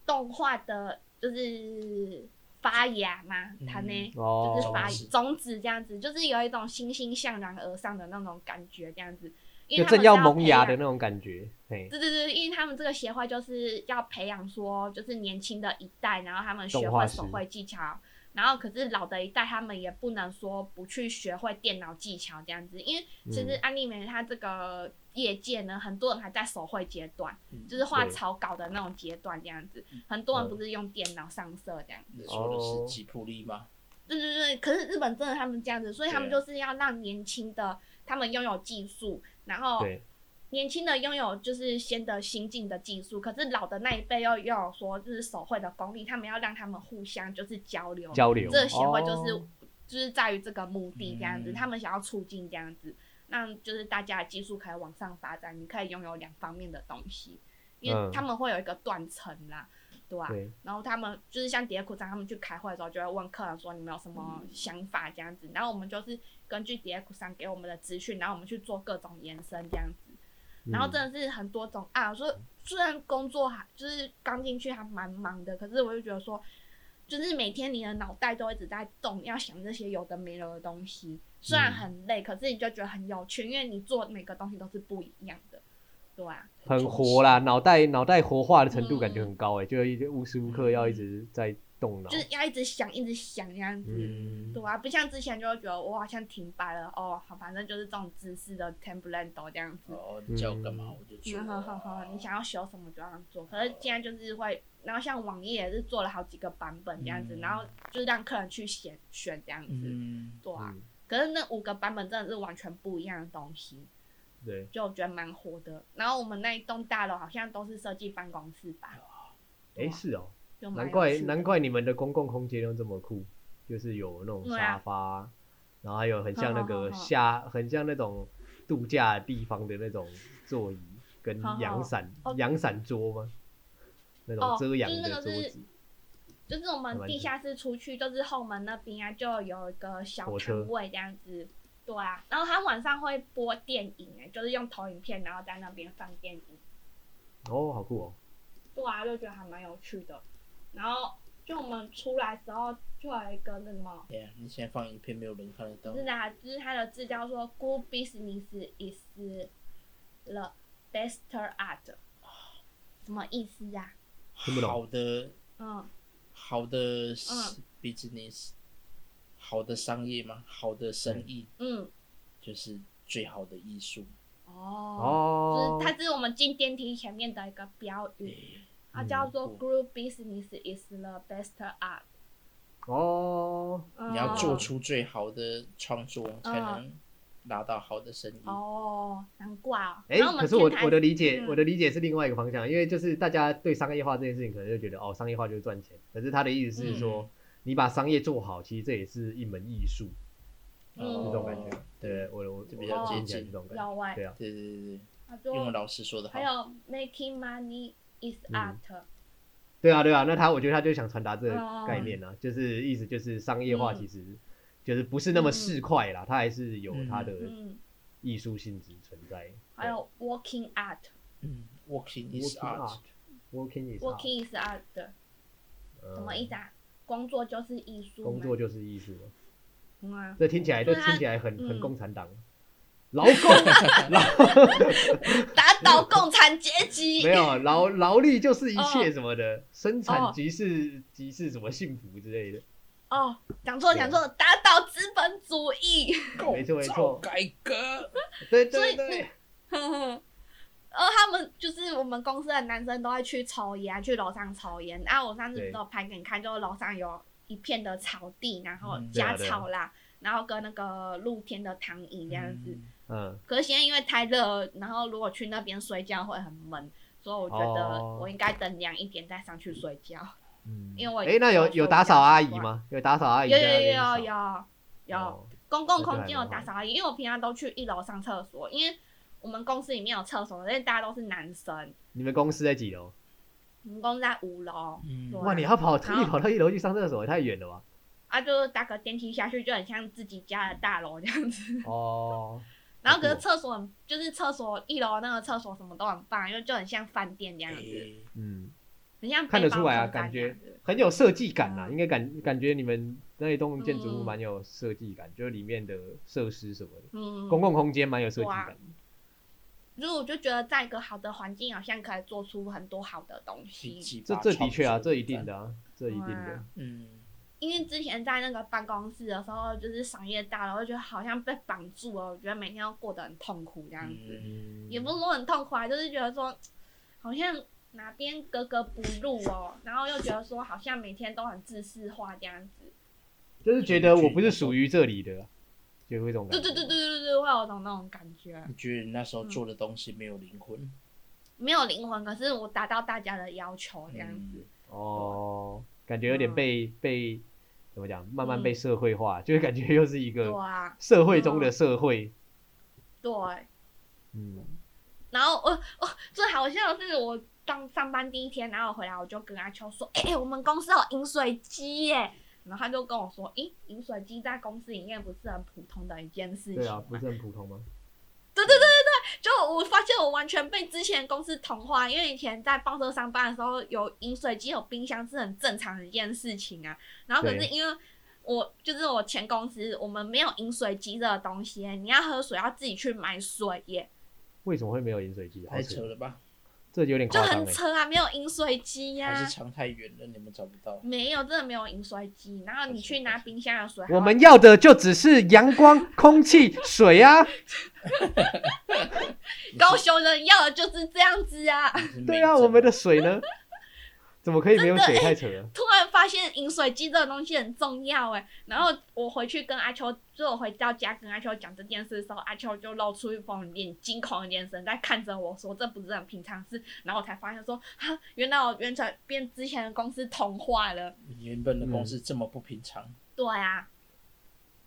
Speaker 2: 动画的，就是发芽嘛
Speaker 3: 嗯
Speaker 2: ，tane、
Speaker 1: 哦，
Speaker 2: 就是发
Speaker 3: 种子
Speaker 2: 种子这样子，就是有一种欣欣向然而上的那种感觉这样子，因
Speaker 1: 就
Speaker 2: 为他们啊
Speaker 1: 正
Speaker 2: 是要
Speaker 1: 萌芽
Speaker 2: 培
Speaker 1: 的
Speaker 2: 养
Speaker 1: 那种感觉，嘿，
Speaker 2: 对对对，因为他们这个协会就是要培养说，就是年轻的一代，然后他们学
Speaker 1: 动画
Speaker 2: 会
Speaker 1: 师
Speaker 2: 手绘技巧，然后可是老的一代他们也不能说不去学会电脑技巧这样子，因为其实
Speaker 1: 嗯
Speaker 2: 安利美它这个业界呢，很多人还在手绘阶段，
Speaker 3: 嗯
Speaker 2: 就是画
Speaker 1: 对
Speaker 2: 草稿的那种阶段这样子，很多人
Speaker 1: 嗯
Speaker 2: 不是用电脑上色这样。
Speaker 3: 你说的
Speaker 1: 哦
Speaker 3: 是吉普力吗？
Speaker 2: 对对对，可是日本真的他们这样子，所以他们
Speaker 3: 对
Speaker 2: 就是要让年轻的他们拥有技术，然后
Speaker 1: 对，
Speaker 2: 年轻的拥有就是先的新进的技术，可是老的那一辈又又有说就是手绘的功力，他们要让他们互相就是交流，
Speaker 1: 交流，
Speaker 2: 这个协会就是、
Speaker 1: 哦
Speaker 2: 就是在于这个目的这样子，
Speaker 3: 嗯
Speaker 2: 他们想要促进这样子，让就是大家的技术可以往上发展，你可以拥有两方面的东西，因
Speaker 1: 嗯
Speaker 2: 为他们会有一个断层啦，对吧、
Speaker 1: 对，
Speaker 2: 然后他们就是像叠库长他们去开会的时候，就会问客人说你们有什么想法这样子，然后我们就是根据叠库长给我们的资讯，然后我们去做各种延伸这样子。然后
Speaker 1: 嗯
Speaker 2: 真的是很多种啊。说虽然工作还就是刚进去还蛮忙的，可是我就觉得说，就是每天你的脑袋都一直在动，要想这些有的没有的东西。虽然
Speaker 1: 嗯
Speaker 2: 很累，可是你就觉得很有趣，因为你做每个东西都是不一样的，对啊，
Speaker 1: 很活啦，脑袋脑袋活化的程度
Speaker 2: 嗯
Speaker 1: 感觉很高哎、就一直无时无刻要一直在动脑
Speaker 2: 就。是要一直想，一直想这样子。
Speaker 1: 嗯，
Speaker 2: 对啊，不像之前就会觉得我好像停摆了哦，好，反正就是这种姿势的 template 都这样子。
Speaker 3: 哦，你叫我干嘛我就做
Speaker 2: 嗯，好好好，你想要修什么就让他做。可是现在就是会，然后像网页也是做了好几个版本这样子，
Speaker 3: 嗯
Speaker 2: 然后就是让客人去选选这样子，
Speaker 3: 嗯，
Speaker 2: 对啊。
Speaker 1: 嗯
Speaker 2: 可是那五个版本真的是完全不一样的东西，
Speaker 1: 对，
Speaker 2: 就我觉得蛮火的。然后我们那一栋大楼好像都是设计办公室吧，
Speaker 1: 哎、是哦，
Speaker 2: 就蛮
Speaker 1: 难
Speaker 2: 有
Speaker 1: 怪
Speaker 2: 趣的
Speaker 1: 难怪你们的公共空间都这么酷，就是有那种
Speaker 2: 对
Speaker 1: 沙
Speaker 2: 啊
Speaker 1: 发，然后还有很像
Speaker 2: 好
Speaker 1: 那
Speaker 2: 好
Speaker 1: 个
Speaker 2: 好好
Speaker 1: 下，很像那种度假地方的那种座椅跟
Speaker 2: 好好
Speaker 1: 阳伞
Speaker 2: 哦，
Speaker 1: 阳伞桌吗？那种
Speaker 2: 哦
Speaker 1: 遮阳
Speaker 2: 就是那
Speaker 1: 的
Speaker 2: 个
Speaker 1: 桌
Speaker 2: 是
Speaker 1: 子，
Speaker 2: 就是我们地下室出去，就是后门那边啊，就有一个小
Speaker 1: 火车
Speaker 2: 摊位这样子。对啊，然后他晚上会播电影、欸，就是用投影片，然后在那边放电影。
Speaker 1: 哦，好酷哦，
Speaker 2: 对啊，就觉得还蛮有趣的。然后就我们出来之后，就有一个那什么，
Speaker 3: 对啊，你现在放影片没有人看得到
Speaker 2: 就，是啊，就是它的字叫做 “Good business is the best art”，什么意思呀、
Speaker 1: 听不懂
Speaker 3: 好的
Speaker 2: 嗯，
Speaker 3: 好的 business，好的商业嘛，好的生意
Speaker 2: 嗯，
Speaker 3: 就是最好的艺术。
Speaker 2: 哦，
Speaker 1: 哦，
Speaker 2: 就是它是我们进电梯前面的一个标语，它叫做 “Good business is the best art”。
Speaker 1: 哦，
Speaker 3: 你要做
Speaker 2: 嗯
Speaker 3: 出最好的创作，才能拿到好的生意。
Speaker 2: 哦，难怪哦。
Speaker 1: 哎、
Speaker 2: 然后
Speaker 1: 可
Speaker 2: 们
Speaker 1: 是我
Speaker 2: 天台
Speaker 1: 我的理解、
Speaker 2: 嗯
Speaker 1: 我的理解是另外一个方向，因为就是大家对商业化这件事情可能就觉得哦，商业化就是赚钱，可是他的意思是说，
Speaker 3: 嗯
Speaker 1: 你把商业做好，其实这也是一门艺术，
Speaker 2: 嗯
Speaker 1: 这种感觉。对
Speaker 3: 对
Speaker 1: 我我
Speaker 3: 就比较
Speaker 1: 我
Speaker 3: 接
Speaker 1: 听起来
Speaker 3: 近
Speaker 1: 这种感觉，
Speaker 2: 有哎、
Speaker 1: 对啊，
Speaker 3: 对对对
Speaker 2: 他
Speaker 3: 对，
Speaker 2: 说
Speaker 3: 英文老师说的好
Speaker 2: 还。有 making money is
Speaker 1: 嗯
Speaker 2: art，、
Speaker 1: 对啊，对啊，那他我觉得他就想传达这个
Speaker 2: 哦嗯
Speaker 1: 概念啊，就是意思就是商业化嗯其实就是不是那么市侩啦，它还是有它的
Speaker 2: 嗯，
Speaker 1: 艺术性质存在。
Speaker 2: 还有 walking art，walking
Speaker 3: 嗯，working
Speaker 1: 对
Speaker 3: is art，
Speaker 1: working is art，
Speaker 2: is art 的
Speaker 1: 嗯
Speaker 2: 什么意思啊？工作就是艺术嘛，
Speaker 1: 工作就是艺术嘛，
Speaker 2: 嗯 啊，
Speaker 1: 这听起来这
Speaker 2: 对啊
Speaker 1: 听起来很很
Speaker 2: 嗯
Speaker 1: 共产党，劳工劳
Speaker 2: 打倒共产阶级，
Speaker 1: 没有劳劳力就是一切
Speaker 2: 哦
Speaker 1: 什么的，生产
Speaker 2: 哦
Speaker 1: 即是即是什么幸福之类的，
Speaker 2: 哦，讲错
Speaker 1: 啊
Speaker 2: 讲错，打倒资本主义。
Speaker 1: 没错没错
Speaker 3: 构造改革，
Speaker 1: 对
Speaker 2: 所
Speaker 1: 对
Speaker 2: 以
Speaker 1: 对，
Speaker 2: 然后哦他们就是我们公司的男生都会去抽烟，去楼上抽烟。然、后我上次不
Speaker 1: 对
Speaker 2: 是有拍给你看，就是楼上有一片的草地，然后
Speaker 3: 嗯
Speaker 1: 对啊
Speaker 2: 加
Speaker 1: 对啊
Speaker 2: 草啦，然后跟那个露天的躺椅这样子。
Speaker 3: 嗯
Speaker 1: 嗯，
Speaker 2: 可是现在因为太热了，然后如果去那边睡觉会很闷，所以我觉得
Speaker 1: 哦
Speaker 2: 我应该等凉一点再上去睡觉。因为我
Speaker 1: 哎，那有有打扫阿姨吗？有打扫阿姨
Speaker 2: 有
Speaker 1: 在
Speaker 2: 有
Speaker 1: 那
Speaker 2: 有
Speaker 1: 边
Speaker 2: 有
Speaker 1: 扫？
Speaker 2: 有有。
Speaker 1: 哦
Speaker 2: 公
Speaker 1: 那
Speaker 2: 共
Speaker 1: 就
Speaker 2: 空
Speaker 1: 还
Speaker 2: 间
Speaker 1: 蛮
Speaker 2: 有打
Speaker 1: 好
Speaker 2: 扫阿姨，因为我平常都去一楼上厕所，因为我们公司里面有厕所，但是大家都是男生，
Speaker 1: 你们公司在几楼？
Speaker 2: 我们公司在五楼
Speaker 3: 嗯
Speaker 2: 对
Speaker 1: 哇，你要跑特
Speaker 2: 然
Speaker 1: 意
Speaker 2: 后
Speaker 1: 跑到一楼去上厕所，也太远 了吧？
Speaker 2: 啊，就是搭个电梯下去就很像自己家的大楼这样 子。
Speaker 1: 哦，
Speaker 2: 然后可是
Speaker 1: 不错
Speaker 2: 厕所很就是厕所一楼那个厕所什么都很棒，因为就很像饭店这样子，
Speaker 3: 诶
Speaker 1: 嗯，
Speaker 2: 很像
Speaker 1: 看得
Speaker 2: 背包
Speaker 1: 出来啊
Speaker 2: 客栈
Speaker 1: 感觉
Speaker 2: 这样子
Speaker 1: 很有设计感啦，
Speaker 2: 嗯
Speaker 1: 应该感感觉你们那一栋建筑物
Speaker 2: 嗯
Speaker 1: 蛮有设计感，就是里面的设施什么的，
Speaker 2: 嗯，
Speaker 1: 公共空间蛮有设计感的。
Speaker 2: 就是我就觉得在一个好的环境，好像可以做出很多好的东
Speaker 3: 奇
Speaker 2: 西。
Speaker 3: 迹
Speaker 1: 这
Speaker 3: 吧
Speaker 1: 这的确啊，这一定，
Speaker 3: 创作
Speaker 1: 的啊，这一定的
Speaker 2: 哇。
Speaker 3: 嗯，
Speaker 2: 因为之前在那个办公室的时候，就是商业大楼，我就觉得好像被绑住了，我觉得每天都过得很痛苦这样子，
Speaker 3: 嗯
Speaker 2: 也不是说很痛苦啊，就是觉得说好像哪边格格不入哦，然后又觉得说好像每天都很自私化这样子，
Speaker 1: 就是觉得我不是属于这里的啊，就会这种感
Speaker 2: 对
Speaker 1: 觉。
Speaker 2: 对对对对对，会有种那种感觉，
Speaker 3: 你觉得你那时候
Speaker 2: 嗯
Speaker 3: 做的东西没有灵魂？
Speaker 2: 没有灵魂，可是我达到大家的要求这样
Speaker 1: 嗯
Speaker 2: 子，
Speaker 1: 哦，感觉有点
Speaker 2: 嗯
Speaker 1: 被被怎么讲，慢慢被
Speaker 2: 嗯
Speaker 1: 社会化， 就是感觉又是一
Speaker 2: 对
Speaker 1: 个
Speaker 2: 啊，
Speaker 1: 社会中的社会。
Speaker 2: 对。
Speaker 1: 嗯，
Speaker 2: 然后哦我我最好笑的是我刚上班第一天，然后我回来我就跟阿秋说，哎、我们公司有饮水机耶。然后他就跟我说，咦，饮水机在公司里面不是很普通的一件事情
Speaker 1: 对啊
Speaker 2: 吗，
Speaker 1: 不是很普通吗？
Speaker 2: 就我发现我完全被之前公司同化，因为以前在报社上班的时候，有饮水机、有冰箱是很正常的一件事情啊。然后可是
Speaker 1: 对
Speaker 2: 因为我就是我前公司，我们没有饮水机这个东西耶，你要喝水要自己去买水耶，
Speaker 1: 为什么会没有饮水机？好
Speaker 3: 太扯
Speaker 1: 扯，
Speaker 3: 了吧？
Speaker 1: 这有点
Speaker 2: 就
Speaker 1: 夸张
Speaker 2: 很
Speaker 1: 哎。
Speaker 2: 扯啊，没有饮水机呀、
Speaker 3: 还是藏太远了，你们找不 到？
Speaker 2: 没有，真的没有饮水机。然后你去拿冰箱的水，
Speaker 1: 我们要的就只是阳光、空气、水啊！
Speaker 2: 高雄人要的就是这样子啊！
Speaker 3: 你是
Speaker 1: 对
Speaker 3: 美
Speaker 1: 啊，
Speaker 3: 珍
Speaker 1: 我们的水呢？怎么可以没有水？
Speaker 2: 真的
Speaker 1: 太扯了。
Speaker 2: 突然发现饮水机这个东西很重要哎。然后我回去跟阿秋，就是我回到家跟阿秋讲这件事的时候，阿秋就露出一副有点惊恐的眼神，在看着我说：“这不是很平常事。”然后我才发现说：“啊，原来我原来变之前的公司同化了。
Speaker 3: 你原本的
Speaker 2: 嗯
Speaker 3: 公司这么不平常，”
Speaker 2: 对啊，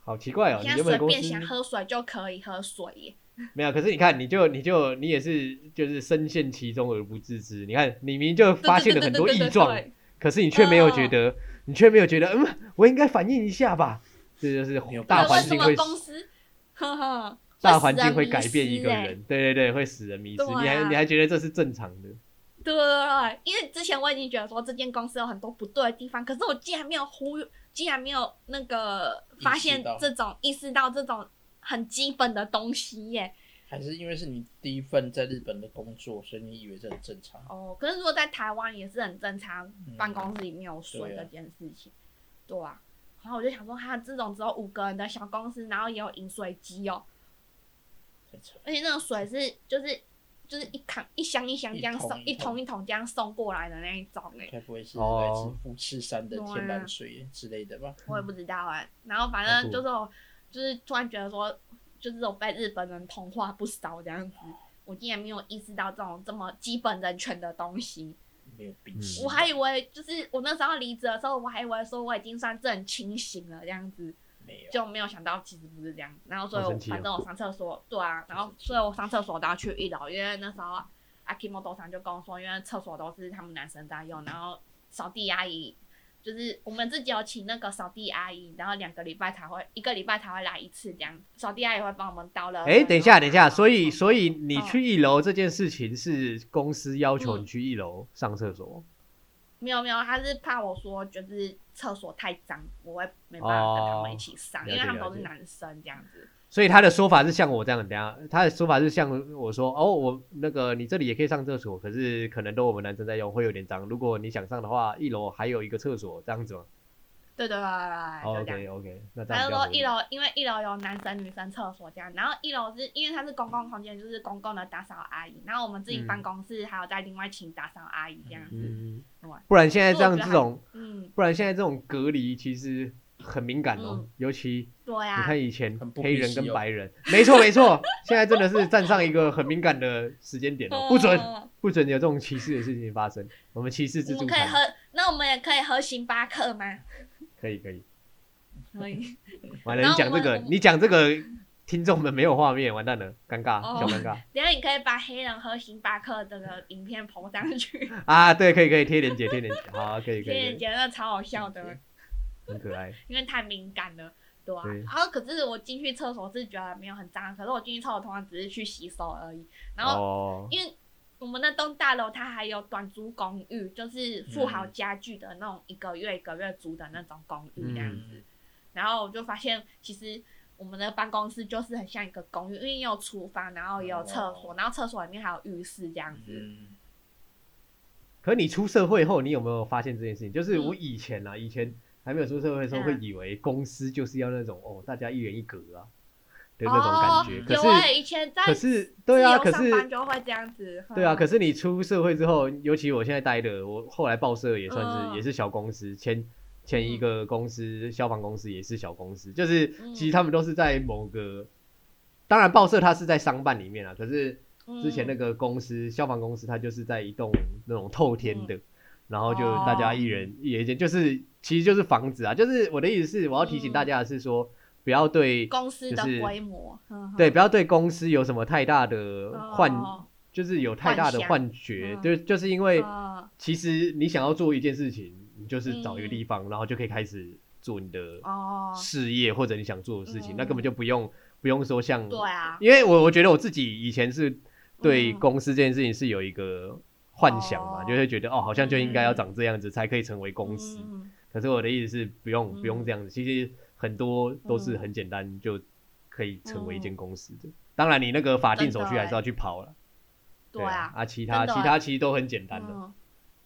Speaker 1: 好奇怪哦，你
Speaker 2: 现在
Speaker 1: 原本
Speaker 2: 随
Speaker 1: 公
Speaker 2: 便
Speaker 1: 司
Speaker 2: 想喝水就可以喝水耶。
Speaker 1: 没有，可是你看，你就你就你也是就是深陷其中而不自知。你看，你明明就发现了很多
Speaker 2: 对对对对
Speaker 1: 异
Speaker 2: 对
Speaker 1: 状
Speaker 2: 对，
Speaker 1: 可是你却没有觉得，你却没有觉得，嗯，我应该反应一下吧。这就是
Speaker 3: 没有
Speaker 1: 大
Speaker 3: 办法
Speaker 1: 环境
Speaker 2: 为
Speaker 1: 会
Speaker 2: 什么公司， 呵呵，
Speaker 1: 大环境
Speaker 2: 会
Speaker 1: 会
Speaker 2: 使
Speaker 1: 改变一
Speaker 2: 迷
Speaker 1: 个
Speaker 2: 失欸
Speaker 1: 人，对对对，会使人迷失。
Speaker 2: 对啊
Speaker 1: 你还你还觉得这是正常的？
Speaker 2: 对，因为之前我已经觉得说这间公司有很多不对的地方，可是我竟然没有忽，竟然没有那个发
Speaker 3: 意识
Speaker 2: 现
Speaker 3: 到
Speaker 2: 这种意识到这种很基本的东西耶。
Speaker 3: 还是因为是你第一份在日本的工作，所以你以为这很正常？
Speaker 2: 哦，可是如果在台湾也是很正常，
Speaker 3: 嗯
Speaker 2: 办公室里面有水
Speaker 3: 对啊
Speaker 2: 这件事情，对啊。然后我就想说，他这种只有五个人的小公司，然后也有饮水机哦，
Speaker 3: 太扯了，
Speaker 2: 而且那个水是就是就是一扛一箱一箱这样
Speaker 3: 一桶
Speaker 2: 送，
Speaker 3: 一
Speaker 2: 一
Speaker 3: 桶嗯
Speaker 2: 桶一桶这样送过来的那一种哎。
Speaker 3: 该不会是来
Speaker 1: 哦
Speaker 3: 自富士山的天然水之类的吧？
Speaker 2: 啊我也不知道哎、然后反
Speaker 1: 好
Speaker 3: 哦
Speaker 2: 正
Speaker 1: 酷
Speaker 2: 就是我，就是突然觉得说，就是我被日本人同化不少这样子。我竟然没有意识到这种这么基本人权的东西，
Speaker 3: 没有冰
Speaker 1: 嗯
Speaker 3: 室，
Speaker 2: 我还以为就是我那时候离职的时候，我还以为说我已经算正清醒了这样子，
Speaker 3: 没有，
Speaker 2: 就没有想到其实不是这样。然后所以
Speaker 1: 好
Speaker 2: 我
Speaker 1: 神奇哦
Speaker 2: 反正我上厕所，对啊，然后所以我上厕所都要去一楼，因为那时候阿 Kimo 多长就跟我说，因为厕所都是他们男生在用，然后扫地阿姨，就是我们自己有请那个扫地阿姨，然后两个礼拜才会，一个礼拜才会来一次这样。扫地阿姨会帮我们倒了。
Speaker 1: 哎，等一下，等一下，所以
Speaker 2: 以
Speaker 1: 所以你
Speaker 2: 哦
Speaker 1: 去一楼这件事情是公司要求你
Speaker 2: 嗯
Speaker 1: 去一楼上厕所
Speaker 2: 没有没有，他是怕我说就是厕所太脏，我会没办法跟他们一起上，
Speaker 1: 哦
Speaker 2: 因为他们
Speaker 1: 了
Speaker 2: 都
Speaker 1: 解
Speaker 2: 是
Speaker 1: 了解
Speaker 2: 男生这样子。
Speaker 1: 所以他的说法是像我这样，等一下他的说法是像我说哦，我那个你这里也可以上厕所，可是可能都我们男生在用，会有点脏。如果你想上的话，一楼还有一个厕所这样子吗、
Speaker 2: 对对对对对，
Speaker 1: o
Speaker 2: 啊就这样
Speaker 1: k。OK，那哦这
Speaker 2: 他
Speaker 1: 样
Speaker 2: 就
Speaker 1: 比较
Speaker 2: 说
Speaker 1: 合理
Speaker 2: 一楼，因为一楼有男生女生厕所这样，然后一楼是因为它是公共空间，就是公共的打扫阿姨，然后我们自己
Speaker 1: 嗯
Speaker 2: 办公室还有再另外请打扫阿姨这样子，
Speaker 1: 嗯
Speaker 2: 对，
Speaker 1: 不然现在这
Speaker 2: 所以
Speaker 1: 样
Speaker 2: 我觉
Speaker 1: 这
Speaker 2: 得
Speaker 1: 种，
Speaker 2: 嗯，
Speaker 1: 不然现在这种隔离其实很敏感哦，
Speaker 2: 嗯
Speaker 1: 尤其
Speaker 2: 对
Speaker 1: 你
Speaker 2: 呀、
Speaker 1: 看以前
Speaker 3: 很不
Speaker 1: 黑
Speaker 3: 必
Speaker 1: 人
Speaker 3: 须
Speaker 1: 跟
Speaker 3: 哦
Speaker 1: 白人，没错没错，现在真的是站上一个很敏感的时间点哦，不准
Speaker 2: 嗯
Speaker 1: 不准有这种歧视的事情发生，我们歧视自
Speaker 2: 我
Speaker 1: 助
Speaker 2: 们可以
Speaker 1: 餐，
Speaker 2: 喝，那我们也可以喝星巴克吗？
Speaker 1: 可以可以，
Speaker 2: 可以，
Speaker 1: 完了
Speaker 2: 然
Speaker 1: 你
Speaker 2: 后
Speaker 1: 讲这
Speaker 2: 我们
Speaker 1: 个
Speaker 2: 我们
Speaker 1: 你讲这个，听众们没有画面，完蛋了，尴尬
Speaker 2: 哦
Speaker 1: 小尴尬
Speaker 2: 等一下你可以把黑人喝星巴克这个影片捧上去，
Speaker 1: 啊，对，可以可以贴链接贴链接，好 可以可
Speaker 2: 黑人
Speaker 1: 以，可以
Speaker 2: 觉得超好笑的，
Speaker 1: 很可爱，
Speaker 2: 因为太敏感了。对啊，
Speaker 1: 对
Speaker 2: 然后可是我进去厕所是觉得没有很脏，可是我进去厕所通常只是去洗手而已，然后
Speaker 1: 哦，
Speaker 2: 因为我们那栋大楼它还有短租公寓，就是富豪
Speaker 1: 嗯
Speaker 2: 家具的那种，一个月一个月租的那种公寓这样子。
Speaker 3: 嗯
Speaker 2: 然后我就发现，其实我们的办公室就是很像一个公寓，因为也有厨房，然后也有厕所，
Speaker 3: 哦
Speaker 2: 然后厕所里面还有浴室这样子。
Speaker 3: 嗯，
Speaker 1: 可你出社会后，你有没有发现这件事情？就是我
Speaker 2: 嗯
Speaker 1: 以前啊，以前还没有出社会的时候，
Speaker 2: 嗯
Speaker 1: 会以为公司就是要那种哦，大家一人一格啊的那种感觉。
Speaker 3: 哦
Speaker 1: 可
Speaker 2: 有我
Speaker 1: 是，
Speaker 2: 以前在
Speaker 1: 可是，对啊，
Speaker 2: 自
Speaker 1: 可
Speaker 2: 由上班
Speaker 1: 是，
Speaker 2: 就会这样子。嗯
Speaker 1: 对啊，可
Speaker 2: 是
Speaker 1: 是你出社会之后，尤其我现在待的，我后来报社也算是、
Speaker 2: 嗯
Speaker 1: 也是小公司，前前一个公司、消防公司也是小公司，就是
Speaker 2: 嗯
Speaker 1: 其实他们都是在某个，当然报社它是在商办里面啊，可是之前那
Speaker 2: 嗯
Speaker 1: 个公司，消防公司，它就是在一栋那种透天的，然后就
Speaker 2: 嗯哦
Speaker 1: 大家一人、一人一间，就是其实就是房子啊。就是我的意思是，我要提醒大家的是说，不要对
Speaker 2: 嗯公司的
Speaker 1: 就是
Speaker 2: 规模，嗯
Speaker 1: 对，不要对公司有什么太大的
Speaker 2: 嗯
Speaker 1: 幻，
Speaker 2: 哦
Speaker 1: 就是有太大的
Speaker 2: 幻想
Speaker 1: 幻觉，
Speaker 2: 嗯
Speaker 1: 就就是因为
Speaker 2: 嗯
Speaker 1: 其实你想要做一件事情，你就是找一个地方，然后就可以开始做你的
Speaker 2: 哦，
Speaker 1: 事业或者你想做的事情，
Speaker 2: 嗯
Speaker 1: 那根本就不用不用说像
Speaker 2: 对啊，
Speaker 1: 因为我我觉得我自己以前是对
Speaker 2: 嗯
Speaker 1: 公司这件事情是有一个幻想嘛，
Speaker 2: 哦
Speaker 1: 就会觉得哦，好像就应该要
Speaker 2: 嗯
Speaker 1: 长这样子才可以成为公司。
Speaker 2: 嗯
Speaker 1: 可是我的意思是，不用、
Speaker 2: 嗯
Speaker 1: 不用这样子，其实很多都是很简单就可以成为一间公司的。当然，你那个法定手
Speaker 2: 嗯
Speaker 1: 续
Speaker 2: 真的欸
Speaker 1: 还是要去跑了。
Speaker 2: 对啊，
Speaker 1: 啊，其他
Speaker 2: 真的
Speaker 1: 其他其实都很简单的。
Speaker 2: 嗯、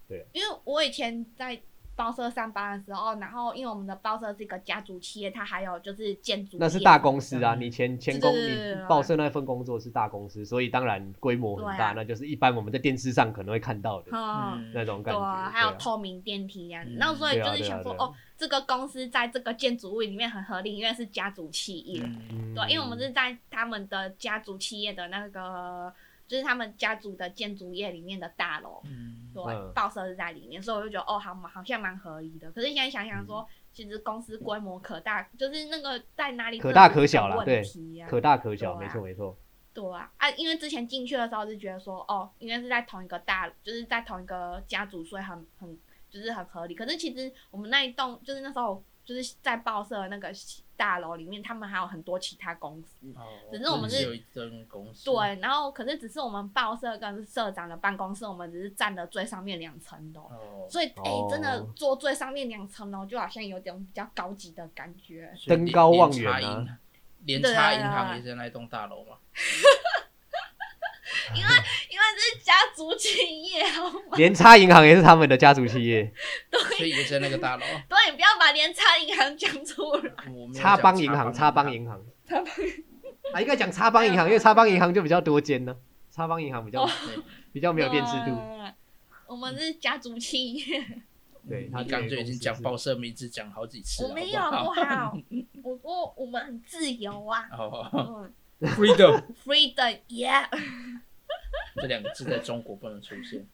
Speaker 1: 对，
Speaker 2: 因为我以前在报社上班的时候，然后因为我们的报社是一个家族企业，它还有就是建筑业，
Speaker 1: 那是大公司啊，
Speaker 3: 嗯
Speaker 1: 你前前公
Speaker 2: 对对
Speaker 1: 你
Speaker 2: 对对
Speaker 1: 报社那份工作是大公司，所以当然规模很
Speaker 2: 对
Speaker 1: 大，
Speaker 2: 啊
Speaker 1: 那就是一般我们在电视上可能会看到的
Speaker 2: 嗯，
Speaker 1: 那种
Speaker 2: 对
Speaker 1: 感觉。
Speaker 2: 啊，还
Speaker 1: 对
Speaker 2: 有
Speaker 1: 啊
Speaker 2: 透明电梯这样子。
Speaker 3: 嗯
Speaker 2: 那所以
Speaker 1: 对啊
Speaker 2: 就是想说，
Speaker 1: 对啊对啊
Speaker 2: 哦，这个公司在这个建筑物里面很合理，因为是家族企业，
Speaker 3: 嗯
Speaker 2: 对，啊因为我们是在他们的家族企业的那个，就是他们家族的建筑业里面的大楼，
Speaker 3: 嗯
Speaker 2: 对，
Speaker 1: 嗯
Speaker 2: 报社是在里面，所以我就觉得哦，好，好像蛮合理的。可是现在想想说，
Speaker 1: 嗯
Speaker 2: 其实公司规模可大，就是那个在哪里
Speaker 1: 可大可小啦
Speaker 2: 啦，
Speaker 1: 对
Speaker 2: 对
Speaker 1: 可大可小，
Speaker 2: 对啊
Speaker 1: 没错没错。
Speaker 2: 对啊，啊，因为之前进去的时候是觉得说，哦，因为是在同一个大，就是在同一个家族，所以很很就是很合理。可是其实我们那一栋，就是那时候就是在报社的那个大楼里面，他们还有很多其他公司，
Speaker 3: 哦
Speaker 2: 只是我们是
Speaker 3: 只有一间公司，
Speaker 2: 对，然后可是只是我们报社跟社长的办公室，我们只是占了最上面两层楼，
Speaker 3: 哦，
Speaker 2: 所以哎、
Speaker 1: 哦
Speaker 2: 真的坐最上面两层楼，就好像有点比较高级的感觉。
Speaker 3: 所以
Speaker 1: 登
Speaker 3: 连
Speaker 1: 高
Speaker 3: 连
Speaker 1: 望
Speaker 3: 差
Speaker 1: 远啊
Speaker 3: 银行，连
Speaker 2: 对啊
Speaker 3: 差
Speaker 2: 对
Speaker 3: 银
Speaker 2: 啊
Speaker 3: 行也是在那一栋大楼嘛，
Speaker 2: 因为这是家族企业，哦 好吗？
Speaker 1: 连差银行也是他们的家族企 业，
Speaker 3: 所以也是在那个大楼。啊
Speaker 2: 对，你不要把连差银行讲出来。
Speaker 3: 我没有
Speaker 1: 插
Speaker 3: 讲
Speaker 1: 邦银行，插
Speaker 3: 插
Speaker 1: 邦
Speaker 3: 邦，
Speaker 1: 银行，
Speaker 2: 插
Speaker 1: 邦啊，应该讲插邦银行，因为插邦银行就比较多间呢，插邦银行比较
Speaker 2: 哦
Speaker 3: 对
Speaker 1: 比较没有辨识
Speaker 2: 对
Speaker 1: 度，。
Speaker 2: 我们是家族企业，
Speaker 1: 对他
Speaker 3: 你
Speaker 1: 这
Speaker 3: 刚
Speaker 1: 个
Speaker 3: 就已
Speaker 1: 公
Speaker 3: 经
Speaker 1: 司
Speaker 3: 讲
Speaker 1: 是
Speaker 3: 报社名字讲好几次
Speaker 2: 我
Speaker 3: 了，
Speaker 2: 没有好
Speaker 3: 啊好不
Speaker 2: 不 好？我我我们很自由啊，
Speaker 3: 好？哦
Speaker 2: 嗯
Speaker 3: ，freedom
Speaker 2: ，freedom，yeah。
Speaker 3: 这两个字在中国不能出现。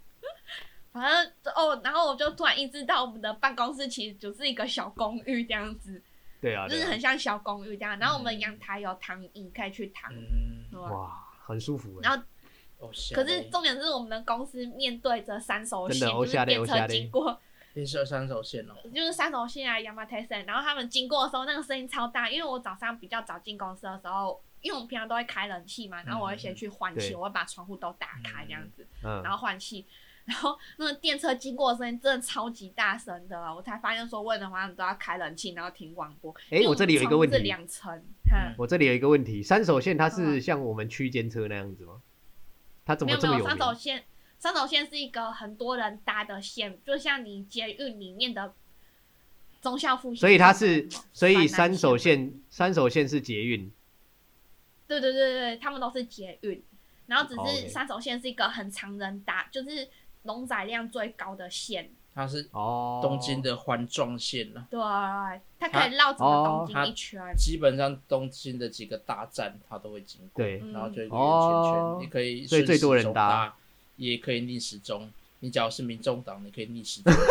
Speaker 2: 反正哦，然后我就突然意识到，我们的办公室其实就是一个小公寓这样子，
Speaker 1: 对啊，
Speaker 2: 就
Speaker 1: 对
Speaker 2: 是
Speaker 1: 啊
Speaker 2: 很像小公寓这样。然后我们阳台有躺椅，可以去躺。
Speaker 3: 嗯，
Speaker 2: 对
Speaker 1: 哇，很舒服
Speaker 2: 然
Speaker 1: 哎
Speaker 2: 后，
Speaker 3: 哦，吓
Speaker 2: 可
Speaker 3: 嘞
Speaker 2: 是重点是我们的公司面对着三手
Speaker 1: 真
Speaker 2: 线，
Speaker 1: 的
Speaker 2: 就
Speaker 1: 哦
Speaker 2: 是
Speaker 1: 吓嘞
Speaker 2: 电
Speaker 1: 哦吓
Speaker 2: 车
Speaker 1: 嘞
Speaker 2: 经过，
Speaker 3: 也是有三手线哦。
Speaker 2: 就是三重县啊 y a m a t e s e n 然后他们经过的时候，那个声音超大，因为我早上比较早进公司的时候，因为我们平常都会开冷气嘛，然后我会先去换气，
Speaker 1: 嗯对
Speaker 2: 我会把窗户都打开这样子，
Speaker 1: 嗯
Speaker 2: 然后换气，然后那个电车经过的声音真的超级大声的，我才发现说，为什么他们都要开冷气，然后听广播？
Speaker 1: 诶我这里有一个问题
Speaker 2: 因为我们从这两层，哼
Speaker 1: 我这里有一个问题，三手线它是
Speaker 2: 嗯
Speaker 1: 像我们区间车那样子吗？它怎
Speaker 2: 没
Speaker 1: 么
Speaker 2: 有
Speaker 1: 这
Speaker 2: 没
Speaker 1: 么
Speaker 2: 有，
Speaker 1: 名
Speaker 2: 三？手线，三手线是一个很多人搭的线，就像你捷运里面的中校复兴，
Speaker 1: 所以它是，所
Speaker 2: 板
Speaker 1: 以
Speaker 2: 南
Speaker 1: 三手
Speaker 2: 线嘛，
Speaker 1: 线三手线是捷运，
Speaker 2: 对对对对，他们都是捷运，然后只
Speaker 1: 哦，OK
Speaker 2: 是三手线是一个很常人搭，就是容载量最高的线，
Speaker 3: 它是
Speaker 1: 哦，
Speaker 3: 东京的环状线了、
Speaker 2: 对，它可以绕整个东
Speaker 3: 它
Speaker 2: 京一圈，
Speaker 3: 基本上东京的几个大站它都会经过，
Speaker 1: 对
Speaker 2: 嗯
Speaker 3: 然后就一个圆圈圈，
Speaker 1: 哦
Speaker 3: 你可以
Speaker 1: 所以
Speaker 3: 顺
Speaker 1: 最多
Speaker 3: 时
Speaker 1: 人
Speaker 3: 钟
Speaker 1: 搭
Speaker 3: 搭，也可以逆时钟。你只要是民众党，你可以逆时钟。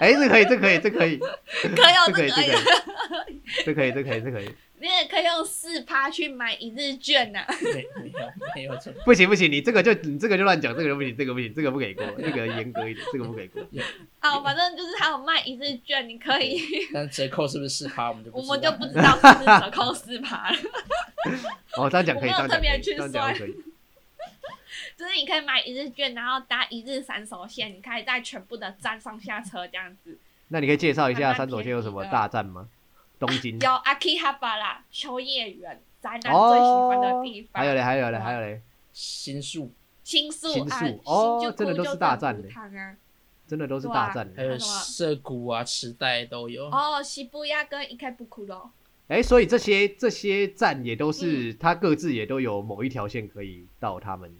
Speaker 1: 哎，这可以，这可以，这可以，
Speaker 2: 可以哦，
Speaker 1: 这可以，
Speaker 2: 这
Speaker 1: 这
Speaker 2: 可
Speaker 1: 可
Speaker 2: 以
Speaker 1: 以，这可以，这可以，这可以，
Speaker 2: 你也可以用四趴去买一日券呢、
Speaker 3: 没没有没有这么
Speaker 1: 不行不行，你这个就你这个就乱讲，这个就不行，这个不行，这个 不给过，这个严格一点，这个不给过。
Speaker 2: 啊，反正就是还有卖一日券，你可以，
Speaker 3: 但折扣是不是四趴，我们就不
Speaker 2: 我
Speaker 3: 知
Speaker 2: 们就
Speaker 3: 道
Speaker 2: 不 知道是不是折扣四趴了。
Speaker 1: 哦，这样讲可以，
Speaker 2: 我
Speaker 1: 这
Speaker 2: 没有
Speaker 1: 样
Speaker 2: 特别
Speaker 1: 讲可以，
Speaker 2: 去
Speaker 1: 这样讲可以。
Speaker 2: 就是你可以买一日券，然后搭一日三手线，你可以在全部的站上下车这样子。
Speaker 1: 那你可以介绍一
Speaker 2: 还
Speaker 1: 下
Speaker 2: 蛮
Speaker 1: 三手线有什么
Speaker 2: 便宜的
Speaker 1: 大站吗？东京
Speaker 2: 有阿基哈巴拉秋叶原，宅男最喜欢的地方。
Speaker 1: 哦还有嘞，还有嘞，还有嘞，
Speaker 3: 新宿
Speaker 2: 新宿
Speaker 1: 新
Speaker 2: 啊，
Speaker 1: 宿
Speaker 2: 新
Speaker 1: 哦
Speaker 2: 旧
Speaker 1: 真的都
Speaker 2: 就是
Speaker 1: 大站
Speaker 2: 正
Speaker 1: 嘞
Speaker 2: 骨汤啊。
Speaker 1: 真的都是
Speaker 2: 对
Speaker 1: 大
Speaker 2: 啊
Speaker 1: 站。
Speaker 3: 还有
Speaker 2: 还有什么
Speaker 3: 涩谷啊、池袋都有。
Speaker 2: 哦，西布亚跟伊开布库罗。
Speaker 1: 哎、所以这些这些站也都是、它各自也都有某一条线可以到他们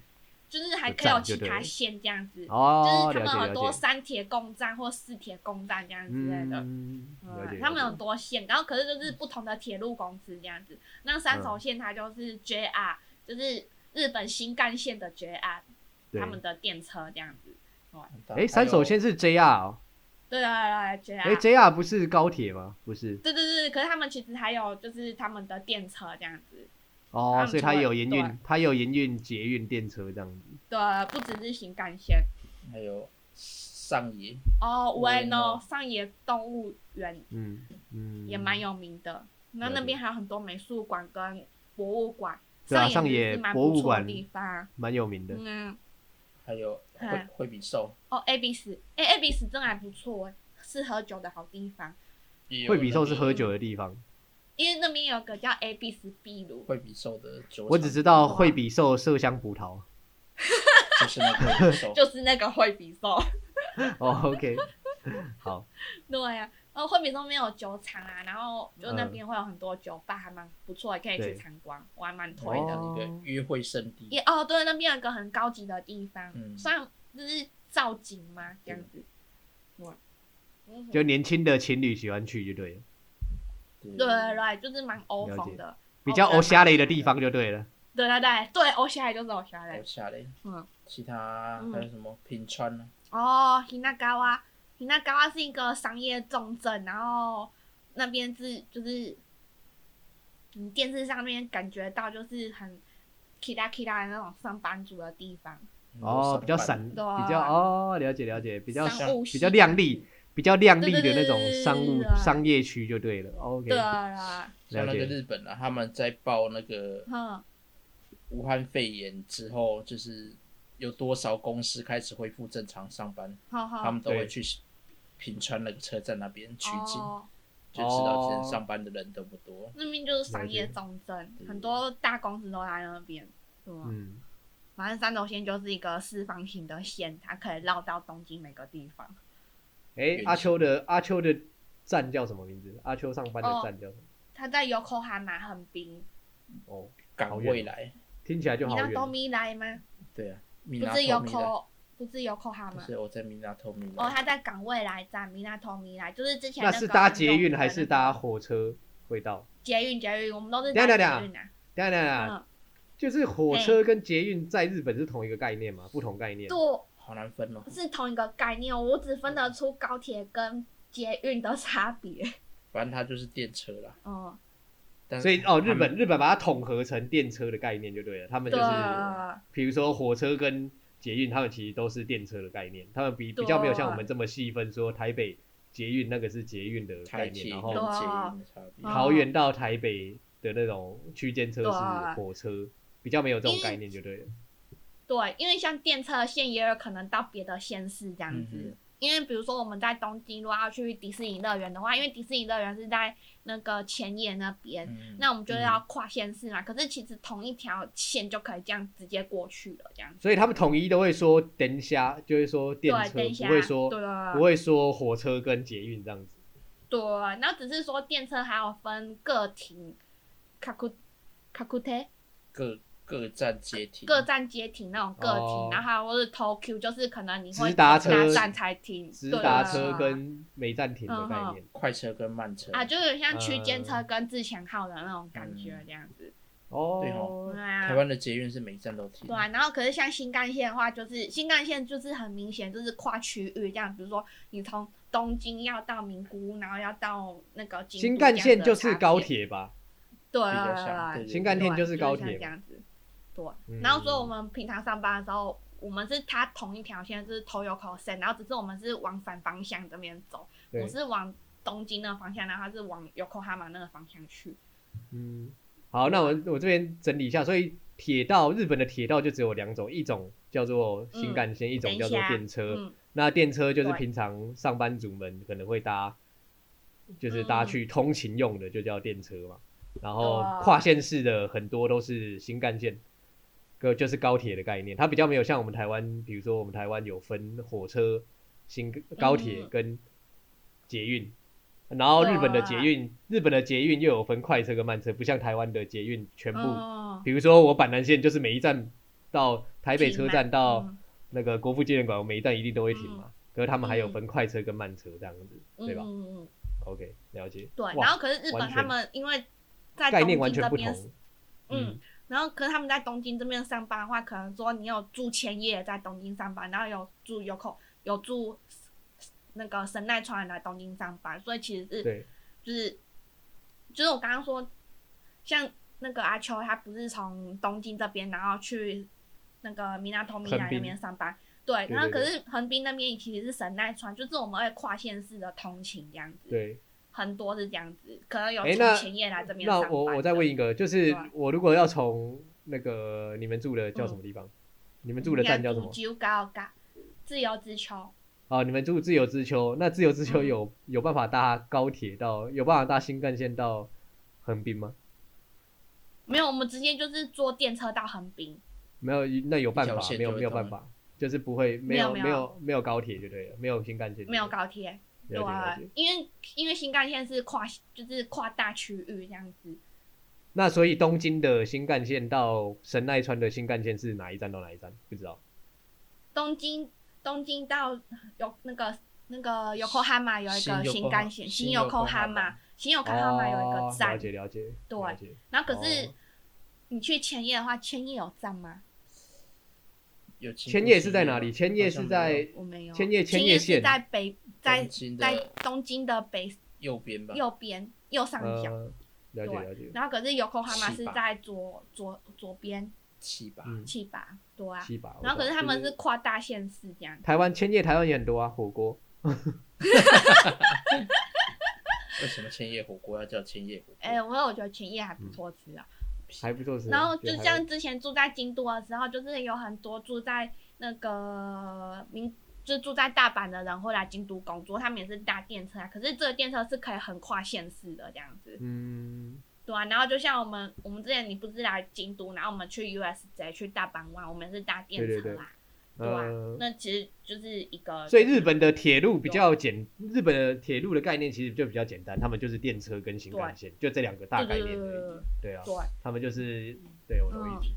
Speaker 2: 就是还可以
Speaker 1: 有
Speaker 2: 有
Speaker 1: 站就
Speaker 2: 其
Speaker 1: 对
Speaker 2: 他
Speaker 1: 了
Speaker 2: 线这样子，
Speaker 1: 哦，
Speaker 2: 就是
Speaker 1: 了
Speaker 2: 他们有
Speaker 1: 解
Speaker 2: 多
Speaker 1: 了解，
Speaker 2: 三铁共站或四铁共站这样之类的。
Speaker 1: 嗯，了解，
Speaker 2: 嗯，他们
Speaker 1: 了
Speaker 2: 有
Speaker 1: 解
Speaker 2: 多线，然后可是就是不同的铁路公司这样子。那三手线它就是 JR，、就是日本新干线的 JR，
Speaker 1: 对
Speaker 2: 他们的电车这样子。
Speaker 1: 哎、三手线是 JR，哦
Speaker 2: 对对对对
Speaker 1: 哎、
Speaker 2: ，JR。
Speaker 1: JR 不是高铁吗？不是
Speaker 2: 啊对对对，可是他们其实还有就是他们的电车这样子，他
Speaker 1: 哦，
Speaker 2: 们
Speaker 1: 所以它
Speaker 2: 除了
Speaker 1: 有营运
Speaker 2: 对，啊
Speaker 1: 它有营运捷运电车这样子。
Speaker 2: 对，不只是新干线
Speaker 3: 还有上野，
Speaker 2: 哦，
Speaker 3: 我也
Speaker 2: 温
Speaker 3: 有
Speaker 2: 哦，上野动物园
Speaker 1: 嗯嗯，
Speaker 2: 也蛮有名的，那
Speaker 1: 了解
Speaker 2: 那边还有很多美术馆跟博物馆，
Speaker 1: 对啊
Speaker 2: 上
Speaker 1: 上野
Speaker 2: 野是蛮
Speaker 1: 博物
Speaker 2: 不错
Speaker 1: 馆
Speaker 2: 的地方，
Speaker 1: 蛮有名的。
Speaker 2: 嗯。
Speaker 3: 还有惠
Speaker 2: 嗯
Speaker 3: 惠比寿，
Speaker 2: 哦，Abis，哎、a b i s 真的还不错哎，是喝酒的好地方。
Speaker 3: 也有
Speaker 1: 惠比寿是
Speaker 3: 那个
Speaker 1: 喝酒的地方，
Speaker 2: 因为那边有个叫 Abis 壁炉，，
Speaker 3: 惠比寿的酒厂，
Speaker 1: 我只知道惠比寿麝香葡萄。
Speaker 3: 就是那个惠比寿
Speaker 2: 就是那个惠比寿。
Speaker 1: 哦，OK，好，
Speaker 2: 对啊，呃，惠比寿那边有酒厂啊，然后就那边会有很多酒吧，还蛮不错的，可以
Speaker 1: 对
Speaker 2: 去参观，我还蛮推
Speaker 3: 会
Speaker 2: 的。
Speaker 1: 哦
Speaker 3: 的一个约会圣地。
Speaker 2: 也哦，对，那边有一个很高级的地方，
Speaker 3: 嗯
Speaker 2: 算就是造景嘛，这样子。对，嗯
Speaker 1: 就年轻的情侣喜欢去就对了，
Speaker 3: 对
Speaker 2: 对对对，就是蛮欧
Speaker 1: 了解
Speaker 2: 风的。
Speaker 1: 比较
Speaker 2: 哦对
Speaker 1: 欧虾雷的地方就对了。
Speaker 2: 对对对对，欧下来就是欧下来
Speaker 3: 还有。下嘞，
Speaker 2: 嗯，
Speaker 3: 其他
Speaker 2: 嗯
Speaker 3: 还有什么平川啊呢？
Speaker 2: 哦，Hinagawa Hinagawa 是一个商业重镇，然后那边是就是你电视上面感觉到就是很 kita kita 的那种上班族的地方，
Speaker 1: 哦，比较闪，比
Speaker 2: 对啊
Speaker 1: 较哦，了解了解，比较
Speaker 2: 商务系
Speaker 1: 比较亮丽，比较亮丽
Speaker 2: 对
Speaker 1: 的
Speaker 2: 对
Speaker 1: 那
Speaker 2: 对
Speaker 1: 种
Speaker 2: 对对
Speaker 1: 商务
Speaker 2: 对啊
Speaker 1: 商业区就对了。OK，
Speaker 2: 对啊啦，
Speaker 3: 像那个
Speaker 1: 了解
Speaker 3: 日本啊，他们在报那个
Speaker 2: 嗯哼，
Speaker 3: 武汉肺炎之后，就是有多少公司开始恢复正常上班，
Speaker 2: 好好，
Speaker 3: 他们都会
Speaker 1: 对
Speaker 3: 去平川那个车站那边取景，
Speaker 2: 哦，
Speaker 3: 就知道今
Speaker 1: 哦
Speaker 3: 天上班的人都不多。
Speaker 2: 那边就是商业重镇，很多大公司都在那边，对吗？
Speaker 1: 嗯，
Speaker 2: 反正三轴线就是一个四方形的线，它可以绕到东京每个地方。
Speaker 1: 哎，阿秋的阿秋的站叫什么名字？阿秋上班的
Speaker 2: 哦
Speaker 1: 站叫什么？
Speaker 2: 它在 Yokohama 横滨，
Speaker 1: 哦，
Speaker 3: 港未来，
Speaker 1: 听起来就
Speaker 2: 你
Speaker 1: 好
Speaker 2: 到
Speaker 1: 远。
Speaker 2: 东米来吗？
Speaker 3: 对啊，米
Speaker 2: 不
Speaker 3: 纳
Speaker 2: 是
Speaker 3: 托
Speaker 2: 有
Speaker 3: 米莱，
Speaker 2: 口，不是有口哈
Speaker 3: 不
Speaker 2: 吗？
Speaker 3: 是我在米纳托米莱。
Speaker 2: 哦，他在港未来站，米纳头米来，就是之前
Speaker 1: 那
Speaker 2: 个
Speaker 1: 是搭
Speaker 2: 很有
Speaker 1: 捷
Speaker 2: 名
Speaker 1: 运
Speaker 2: 的
Speaker 1: 还
Speaker 2: 那
Speaker 1: 是
Speaker 2: 个
Speaker 1: 搭火车会到？
Speaker 2: 捷运？捷运，我们都是
Speaker 1: 等
Speaker 2: 搭
Speaker 1: 一下等一下
Speaker 2: 捷运啊。
Speaker 1: 当然啦，
Speaker 2: 嗯，哎
Speaker 1: 就是火车跟捷运在日本是同一个概念嘛，不同概念。
Speaker 2: 坐
Speaker 3: 好难分哦。
Speaker 2: 是同一个概念，我只分得出高铁跟捷运的差别。
Speaker 3: 反正它就是电车啦。
Speaker 2: 嗯，
Speaker 3: 但
Speaker 1: 所以哦，
Speaker 3: 他们
Speaker 1: 日本日本把它统合成电车的概念就对了，他们就
Speaker 2: 对，
Speaker 1: 是比如说火车跟捷运，他们其实都是电车的概念，他们比比较没有像我们这么细分说台北捷运那个是捷运的概
Speaker 3: 台气
Speaker 1: 念，然
Speaker 3: 跟
Speaker 1: 后哦
Speaker 2: 对
Speaker 3: 捷
Speaker 2: 啊
Speaker 3: 运的差别
Speaker 2: 嗯
Speaker 1: 桃园到台北的那种区间车
Speaker 2: 对
Speaker 1: 是
Speaker 2: 啊
Speaker 1: 火车，比较没有这种概念就对了。
Speaker 2: 对，因为像电车线也有可能到别的县市这样子。
Speaker 3: 嗯哼
Speaker 2: 因为比如说我们在东京，如果要去迪士尼乐园的话，因为迪士尼乐园是在那个千叶那边，
Speaker 3: 嗯
Speaker 2: 那我们就要跨县市嘛。可是其实同一条线就可以这样直接过去了，这样子。
Speaker 1: 所以他们统一都会说等一下，就会说电
Speaker 2: 对，
Speaker 1: 车，
Speaker 2: 等一下，
Speaker 1: 不会说
Speaker 2: 对啊
Speaker 1: 不会说火车跟捷运这样子。
Speaker 2: 对，然后只是说电车还有分各停，卡库卡库特
Speaker 3: 各各站阶梯，
Speaker 2: 各站接停那种各停，
Speaker 1: 哦
Speaker 2: 然后还有或是 Tokyo，就是可能你会
Speaker 1: 直达
Speaker 2: 停
Speaker 1: 车
Speaker 2: 哪站才停，
Speaker 1: 直
Speaker 2: 对
Speaker 1: 达
Speaker 2: 啊
Speaker 1: 车跟没站停的
Speaker 2: 嗯
Speaker 1: 概
Speaker 2: 哼
Speaker 1: 念。
Speaker 3: 快车跟慢车
Speaker 2: 啊，就有点像区间车
Speaker 1: 嗯
Speaker 2: 跟自强号的那种感觉
Speaker 3: 嗯
Speaker 2: 这样子，
Speaker 3: 对
Speaker 1: 哦
Speaker 3: 哦，
Speaker 2: 对
Speaker 3: 台
Speaker 2: 啊。
Speaker 3: 湾的捷运是每站都停
Speaker 2: 对，啊，然后可是像新干线的话，就是新干线就是很明显就是跨区域这样，比如说你从东京要到名古屋，然后要到那个京都
Speaker 1: 新干线
Speaker 2: 这样子的
Speaker 1: 就是
Speaker 2: 差
Speaker 1: 高
Speaker 2: 别，
Speaker 1: 铁吧？
Speaker 2: 对
Speaker 3: 比较
Speaker 2: 对
Speaker 3: 像
Speaker 2: 对
Speaker 3: 对对
Speaker 1: 新干线
Speaker 2: 对
Speaker 1: 就是高
Speaker 2: 像
Speaker 1: 铁
Speaker 2: 这
Speaker 1: 嘛。
Speaker 2: 样子。对，啊
Speaker 1: 嗯
Speaker 2: 然后所以我们平常上班的时候，我们是它同一条线，就是 Toyoko 线，然后只是我们是往反方向这边走，
Speaker 1: 对
Speaker 2: 我是往东京那个方向，然后它是往 Yokohama 那个方向去。
Speaker 1: 嗯，好，那我我这边整理一下，所以铁道日本的铁道就只有两种，一种叫做新干线，一种叫做电车。
Speaker 2: 嗯，
Speaker 1: 那电车就是
Speaker 2: 对
Speaker 1: 平常上班族们可能会搭，就是
Speaker 2: 嗯
Speaker 1: 搭去通勤用的，就叫电车嘛。然后
Speaker 2: 对啊
Speaker 1: 跨县市的很多都是新干线，个就是高铁的概念，它比较没有像我们台湾，比如说我们台湾有分火车、新高铁
Speaker 2: 嗯啊
Speaker 1: 跟捷运。然后日本的捷运，日本的捷运又有分快车跟慢车，不像台湾的捷运全部，
Speaker 2: 嗯
Speaker 1: 比如说我板南线就是每一站到台北车站到
Speaker 2: 嗯
Speaker 1: 那个国父纪念馆，我每一站一定都会停嘛。可是他们还有分快车跟慢车这样子，
Speaker 2: 嗯
Speaker 1: 对吧
Speaker 2: 嗯嗯，
Speaker 1: ？OK，了解。
Speaker 2: 对。
Speaker 1: 哇
Speaker 2: 然后可是日
Speaker 1: 完
Speaker 2: 本
Speaker 1: 全
Speaker 2: 他们因为在
Speaker 1: 概
Speaker 2: 东
Speaker 1: 念
Speaker 2: 京
Speaker 1: 完全
Speaker 2: 这
Speaker 1: 不
Speaker 2: 边，
Speaker 1: 同。
Speaker 2: 嗯，然后可是他们在东京这边上班的话，可能说你有住千叶在东京上班，然后有住 Yoko 有住那个神奈川来东京上班，所以其实是
Speaker 1: 嗯，对，
Speaker 2: 就是就是我刚刚说，像那个阿秋，他不是从东京这边，然后去那个米纳托米
Speaker 1: 横
Speaker 2: 亚
Speaker 1: 滨
Speaker 2: 那边上班，对，
Speaker 1: 对
Speaker 2: 然后
Speaker 1: 对
Speaker 2: 可是横滨那边其实是神奈川，就是我们会跨县市的通勤这样子，，
Speaker 1: 对。
Speaker 2: 很多是这样子，可能有
Speaker 1: 诶
Speaker 2: 从
Speaker 1: 那
Speaker 2: 前夜来这边
Speaker 1: 那
Speaker 2: 上班的。
Speaker 1: 我我再问一个，就是
Speaker 2: 对啊嗯
Speaker 1: 我如果要从那个你们住的叫什么地方？你们住的站叫什么？
Speaker 2: 九高高自由之丘，
Speaker 1: 哦，你们住自由之丘。那自由之
Speaker 2: 嗯
Speaker 1: 丘有有办法搭高铁到，有办法搭新干线到横滨吗？
Speaker 2: 没有，我们直接就是坐电车到横滨，
Speaker 1: 没有，那有办
Speaker 3: 一
Speaker 1: 法
Speaker 3: 条线
Speaker 1: 没有
Speaker 3: 就会
Speaker 1: 没有
Speaker 3: 通了
Speaker 1: 办法，就是不会没
Speaker 2: 没有
Speaker 1: 有
Speaker 2: 没有
Speaker 1: 没有没有高铁就对了，没有新干线就对了，
Speaker 2: 没有高铁，对
Speaker 1: 了解了
Speaker 2: 啊
Speaker 1: 解。，
Speaker 2: 因为因为新干线是跨就是跨大区域这样子，
Speaker 1: 那所以东京的新干线到神奈川的新干线是哪一站到哪一站？不知道。
Speaker 2: 东京东京到有那个那个 Yokohama 有一个
Speaker 3: 新
Speaker 2: 新干线，新 Yokohama
Speaker 3: Yokohama
Speaker 2: 新
Speaker 1: 哦
Speaker 2: Yokohama 有一个站
Speaker 1: 了，解了解。
Speaker 2: 对
Speaker 1: 了解
Speaker 2: 然后可是
Speaker 1: 哦
Speaker 2: 你去千叶的话，千叶有站吗？
Speaker 3: 有经过
Speaker 1: 千叶是在哪里？
Speaker 3: 吗
Speaker 1: 千叶是在
Speaker 2: 我没有。
Speaker 1: 千叶
Speaker 2: 千
Speaker 1: 叶
Speaker 2: 是
Speaker 1: 县
Speaker 2: 在北在
Speaker 3: 东京的
Speaker 2: 在东京的北
Speaker 3: 右边吧？
Speaker 2: 右边
Speaker 1: 嗯
Speaker 2: 右上角，
Speaker 1: 呃，了解
Speaker 2: 对
Speaker 1: 了解。
Speaker 2: 然后可是 Yokohama 是
Speaker 3: 七吧
Speaker 2: 在左左左边
Speaker 3: 七吧，
Speaker 1: 嗯，
Speaker 2: 七吧，对啊。
Speaker 1: 七吧。
Speaker 2: 然后可是他们
Speaker 1: 就是嗯
Speaker 2: 跨大县市这样。
Speaker 1: 台湾千叶，台湾也很多啊，火锅。
Speaker 3: 为什么千叶火锅要叫千叶火锅？
Speaker 2: 哎、我我觉得千叶还不错吃啊。
Speaker 1: 还不错吃啊。
Speaker 2: 然后就
Speaker 1: 觉得还
Speaker 2: 像之前住在京都的时候，就是有很多住在那个明，就是住在大阪的人会来京都工作，他们也是搭电车啊。可是这个电车是可以横跨县市的这样子，
Speaker 1: 嗯，
Speaker 2: 对啊。然后就像我们，我们之前你不是来京都，然后我们去 USJ 去大阪玩，我们也是搭电车
Speaker 1: 对对
Speaker 2: 啦，对啊
Speaker 1: 呃，
Speaker 2: 那其实就是一个，
Speaker 1: 所以日本的铁路比较简，日本的铁路的概念其实就比较简单，他们就是电车跟新干线，就这两个大
Speaker 2: 对
Speaker 1: 概
Speaker 2: 对
Speaker 1: 念
Speaker 2: 对对
Speaker 1: 而已。对啊，
Speaker 2: 对
Speaker 1: 他们就是对我同意。
Speaker 2: 嗯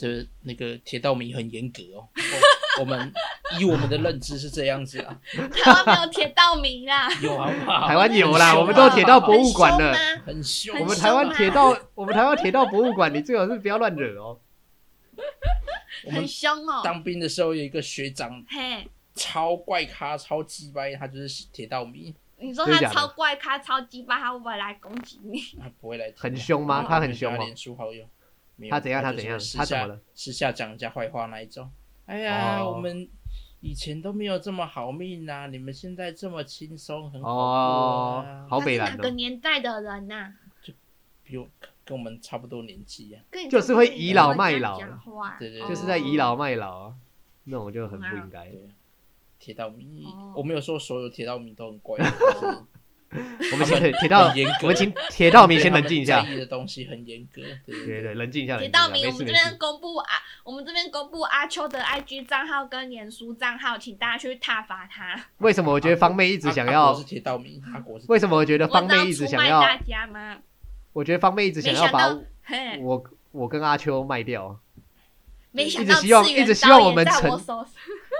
Speaker 3: 这那个铁道迷很严格哦。我我们以我们的认知是这样子 啊，
Speaker 2: 对，台湾没有铁道迷啦，
Speaker 3: 有啊好不好？
Speaker 1: 台湾有啦，
Speaker 2: 很凶
Speaker 1: 我们都有
Speaker 2: 啊
Speaker 1: 铁道博
Speaker 2: 很
Speaker 1: 物馆
Speaker 2: 凶
Speaker 1: 了。
Speaker 2: 吗
Speaker 3: 很凶啊，
Speaker 2: 很
Speaker 1: 我们
Speaker 2: 凶
Speaker 1: 台湾
Speaker 2: 啊
Speaker 1: 铁道，我们台湾铁道博物馆，你最好是不要乱惹哦。
Speaker 3: 我们
Speaker 2: 很凶哦、
Speaker 3: 当兵的时候有一个学长
Speaker 2: 嘿。
Speaker 3: 超怪咖、超鸡掰，他就是铁道迷，
Speaker 2: 你说
Speaker 1: 真
Speaker 2: 他
Speaker 1: 的假的
Speaker 2: 超怪咖、超鸡巴，他会不会来攻击你？
Speaker 3: 他不会来。啊
Speaker 1: 很凶吗
Speaker 3: 我
Speaker 1: 他很凶吗
Speaker 3: 我加脸书好友。没有
Speaker 1: 他怎样
Speaker 3: 他
Speaker 1: 他怎样
Speaker 3: 就是
Speaker 1: 他
Speaker 3: 私
Speaker 1: 怎么
Speaker 3: 下
Speaker 1: 了
Speaker 3: 私下讲人家坏话那一种，哎呀，
Speaker 1: 哦
Speaker 3: 我们以前都没有这么好命啊，你们现在这么轻松，很好过
Speaker 1: 哦
Speaker 3: 啊。，
Speaker 1: 好北
Speaker 2: 他是
Speaker 1: 蓝
Speaker 2: 哪个
Speaker 1: 哦，
Speaker 2: 年代的人呐、
Speaker 3: 比我跟我们差不多年纪呀、
Speaker 2: 跟你
Speaker 1: 就是会倚老卖老
Speaker 2: 讲话，
Speaker 3: 对对对
Speaker 1: 就是在倚老卖老啊，那种就很不应该
Speaker 3: 啊。。
Speaker 2: 嗯
Speaker 3: 对，铁道迷，
Speaker 2: 哦
Speaker 3: 我没有说所有铁道迷都 很乖，但是
Speaker 1: 我们请铁道
Speaker 3: 很严，格
Speaker 1: 我们请铁道迷先冷静一
Speaker 3: 他
Speaker 1: 下
Speaker 3: 们，在意的东西很严格，对对
Speaker 1: 对
Speaker 3: 对
Speaker 1: 对，冷静一下，冷
Speaker 2: 铁
Speaker 1: 静一下
Speaker 2: 道迷，
Speaker 1: 没
Speaker 2: 我
Speaker 1: 事
Speaker 2: 们
Speaker 1: 没
Speaker 2: 这
Speaker 1: 事
Speaker 2: 边。公布啊，我们这边公布阿秋的 IG 账号跟脸书账号，请大家去挞伐他。
Speaker 1: 为什么我觉得方妹一直想
Speaker 3: 阿阿
Speaker 1: 要
Speaker 3: 啊国是？铁道迷，阿国是
Speaker 1: 为什么我觉得
Speaker 2: 我
Speaker 1: 方
Speaker 2: 知道
Speaker 1: 妹一直
Speaker 2: 出
Speaker 1: 想
Speaker 2: 卖
Speaker 1: 要？
Speaker 2: 大家吗？
Speaker 1: 我觉得方妹一直
Speaker 2: 没
Speaker 1: 要把
Speaker 2: 到，嘿，
Speaker 1: 我我跟阿秋卖掉，啊
Speaker 2: 没想
Speaker 1: 一
Speaker 2: 到
Speaker 1: 直希望
Speaker 2: 次元
Speaker 1: 一直希望
Speaker 2: 导
Speaker 1: 我们
Speaker 2: 演在
Speaker 1: 成
Speaker 2: 我手上，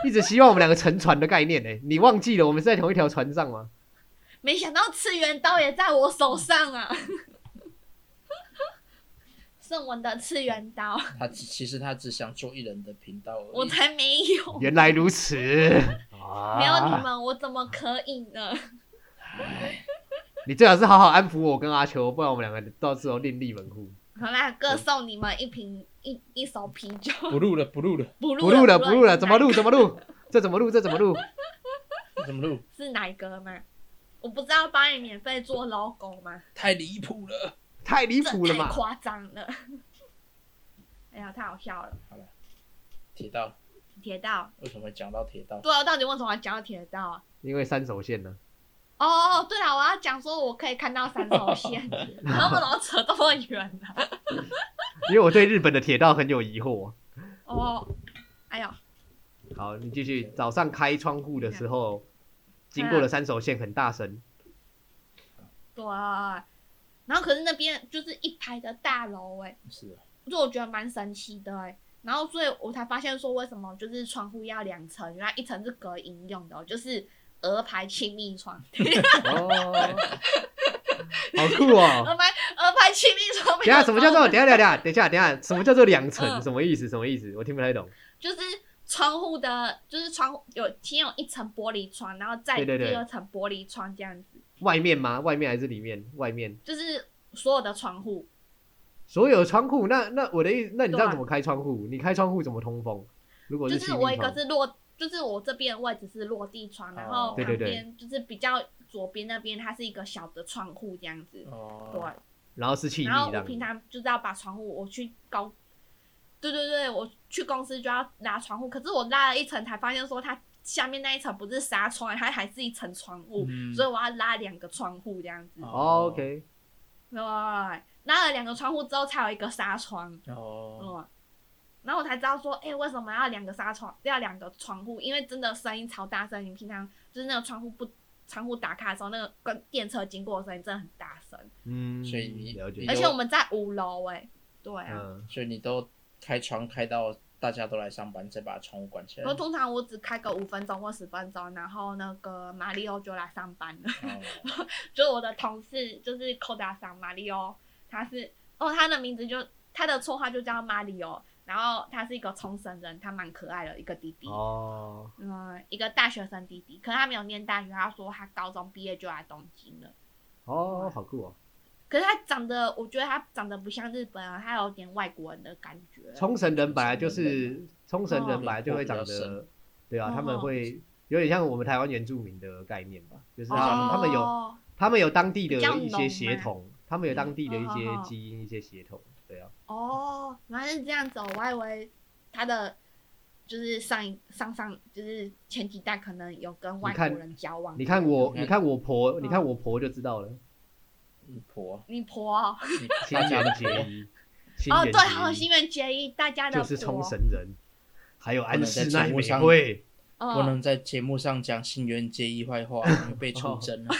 Speaker 1: 一直希望我们两个乘船的概念呢、你忘记了我们是在同一条船上吗？
Speaker 2: 没想到次元刀也在我手上啊！ 圣文的次元刀，
Speaker 3: 他只其实他只想做一人的频道而
Speaker 2: 我
Speaker 3: 已。
Speaker 2: 才没有，
Speaker 1: 原来如 此，
Speaker 2: 没有你
Speaker 1: 啊！
Speaker 2: 们，我怎么可以呢？
Speaker 3: 唉
Speaker 1: 你最好是好好安抚我跟阿秋，不然我们两个到时候另立门户。
Speaker 2: 好啦，
Speaker 1: 嗯
Speaker 2: 各送你们一瓶一一手啤酒。
Speaker 3: 不录了，不录了，
Speaker 2: 不
Speaker 1: 不
Speaker 2: 录
Speaker 1: 录
Speaker 2: 了，
Speaker 1: 了，不录了，
Speaker 2: 是
Speaker 1: 怎么
Speaker 2: 哪
Speaker 1: 录？
Speaker 2: 一个
Speaker 1: 怎么录？这怎么录？这怎么录？
Speaker 3: 怎么录？
Speaker 2: 是哪一个吗？我不知道帮你免费做 logo 吗？
Speaker 3: 太离谱了。
Speaker 1: 太离
Speaker 2: 这
Speaker 1: 谱了
Speaker 2: 太
Speaker 1: 嘛！
Speaker 2: 夸张了！ 哎呀，太好笑了！
Speaker 3: 铁道
Speaker 2: 铁道，
Speaker 3: 为什么会讲到铁道？
Speaker 2: 对啊，我到底为什么要讲到铁道啊？
Speaker 1: 因为三手线呢、
Speaker 2: 哦哦，对了，我要讲说我可以看到三手线，然后我怎么扯这么远呢、啊
Speaker 1: 因为我对日本的铁道很有疑惑。
Speaker 2: 哦，哎呦，
Speaker 1: 好，你继续。早上开窗户的时候，经过了三手线，很大声。
Speaker 2: 对啊，然后可是那边就是一排的大楼哎、
Speaker 3: 是啊
Speaker 2: 就我觉得蛮神奇的哎、然后所以我才发现说为什么就是窗户要两层，原来一层是隔音用的哦、就是鹅牌亲密窗，啊
Speaker 1: 哦，好酷哦！
Speaker 2: 鹅牌鹅牌亲呃密窗没有
Speaker 1: 等一下什么叫做？
Speaker 2: 窗户
Speaker 1: 等一下等一下等一下等一下，什么叫做两层？
Speaker 2: 嗯
Speaker 1: 什么意思？什么意思？我听不太懂。
Speaker 2: 就是窗户的，就是窗户有先有一层玻璃窗，然后再
Speaker 1: 对对
Speaker 2: 第
Speaker 1: 对
Speaker 2: 二层玻璃窗这样子，
Speaker 1: 外面吗？外面还是里面？外面
Speaker 2: 就是所有的窗户
Speaker 1: 所有窗户？那那我的意思，那你这
Speaker 2: 对
Speaker 1: 样
Speaker 2: 啊
Speaker 1: 怎么开窗户？你开窗户怎么通风？如果
Speaker 2: 就是是
Speaker 1: 气密
Speaker 2: 我一个
Speaker 1: 窗
Speaker 2: 是落，就是我这边的位置是落地窗，然后
Speaker 3: 哦
Speaker 1: 对
Speaker 2: 旁
Speaker 1: 对对
Speaker 2: 边就是比较左边那边它是一个小的窗户这样子，对。
Speaker 3: 哦，
Speaker 1: 然后是气密
Speaker 2: 然后
Speaker 1: 这
Speaker 2: 我
Speaker 1: 样
Speaker 2: 平
Speaker 1: 子。
Speaker 2: 常就是要把窗户，我去高，对对对，我去公司就要拉窗户，可是我拉了一层才发现说它下面那一层不是纱窗，它还是一层窗户，
Speaker 3: 嗯
Speaker 2: 所以我要拉两个窗户这样子。
Speaker 1: 哦 OK，
Speaker 2: 对，拉了两个窗户之后才有一个纱窗，
Speaker 3: 哦，
Speaker 2: 嗯，然后我才知道说，哎、为什么要两个纱窗，要两个窗户？因为真的声音超大声，你平常就是那个窗户不窗户打开的时候，那个跟电车经过的声音真的很大声，
Speaker 1: 嗯，
Speaker 3: 所以你
Speaker 1: 了解
Speaker 3: 你
Speaker 2: 而
Speaker 3: 都。
Speaker 2: 且我们在五楼，哎，对啊。
Speaker 1: 嗯，
Speaker 3: 所以你都开窗开到大家都来上班，再把窗户关起来
Speaker 2: 然后。通常我只开个五分钟或十分钟，然后那个马里奥就来上班了。
Speaker 3: 哦
Speaker 2: 就是我的同事，就是寇达桑马里奥，他是哦，他的名字就他的绰号就叫马里奥，然后他是一个冲绳人，他蛮可爱的一个弟弟，
Speaker 1: 哦，
Speaker 2: 嗯，一个大学生弟弟，可是他没有念大学，他说他高中毕业就来东京了，
Speaker 1: 哦，好酷哦！
Speaker 2: 可是他长得，我觉得他长得不像日本啊人，他有点外国人的感觉，
Speaker 1: 冲绳人本来就是冲绳人，
Speaker 2: 哦
Speaker 1: 本来就会长
Speaker 3: 比较
Speaker 1: 得
Speaker 3: 深，
Speaker 1: 对啊，他们
Speaker 2: 哦
Speaker 1: 会有点像我们台湾原住民的概念吧，就是他
Speaker 2: 哦
Speaker 1: 们、他们有
Speaker 2: 有
Speaker 1: 他们有当地的
Speaker 2: 比较浓啊
Speaker 1: 一些血统，他们有当地的一
Speaker 2: 嗯
Speaker 1: 些
Speaker 2: 哦哦哦
Speaker 1: 基因、一些血统，对啊，
Speaker 2: 哦，原来是这样子、哦，我还以为他的。就是上一上上，就是前几代可能有跟外国
Speaker 1: 你看
Speaker 2: 人交往。
Speaker 1: 你看我，
Speaker 3: 嗯
Speaker 1: 你看我婆，你看我婆就知道了，
Speaker 3: 你婆，
Speaker 2: 你婆哦，
Speaker 3: 你
Speaker 1: 亲
Speaker 3: 大家
Speaker 1: 缘
Speaker 3: 的
Speaker 1: 结
Speaker 3: 婆
Speaker 1: 衣，亲
Speaker 2: 哦
Speaker 1: 缘
Speaker 2: 对，好，
Speaker 1: 结
Speaker 2: 心
Speaker 1: 衣
Speaker 2: 愿结衣，大家的
Speaker 1: 就
Speaker 2: 婆
Speaker 1: 是冲绳人，还有安
Speaker 3: 不
Speaker 1: 室
Speaker 3: 能在
Speaker 1: 奈
Speaker 3: 节目
Speaker 1: 美
Speaker 3: 上
Speaker 1: 惠，
Speaker 3: 不
Speaker 2: 嗯，
Speaker 3: 能在节目上讲新垣结衣坏 话，你被出征
Speaker 2: 哦
Speaker 3: 了。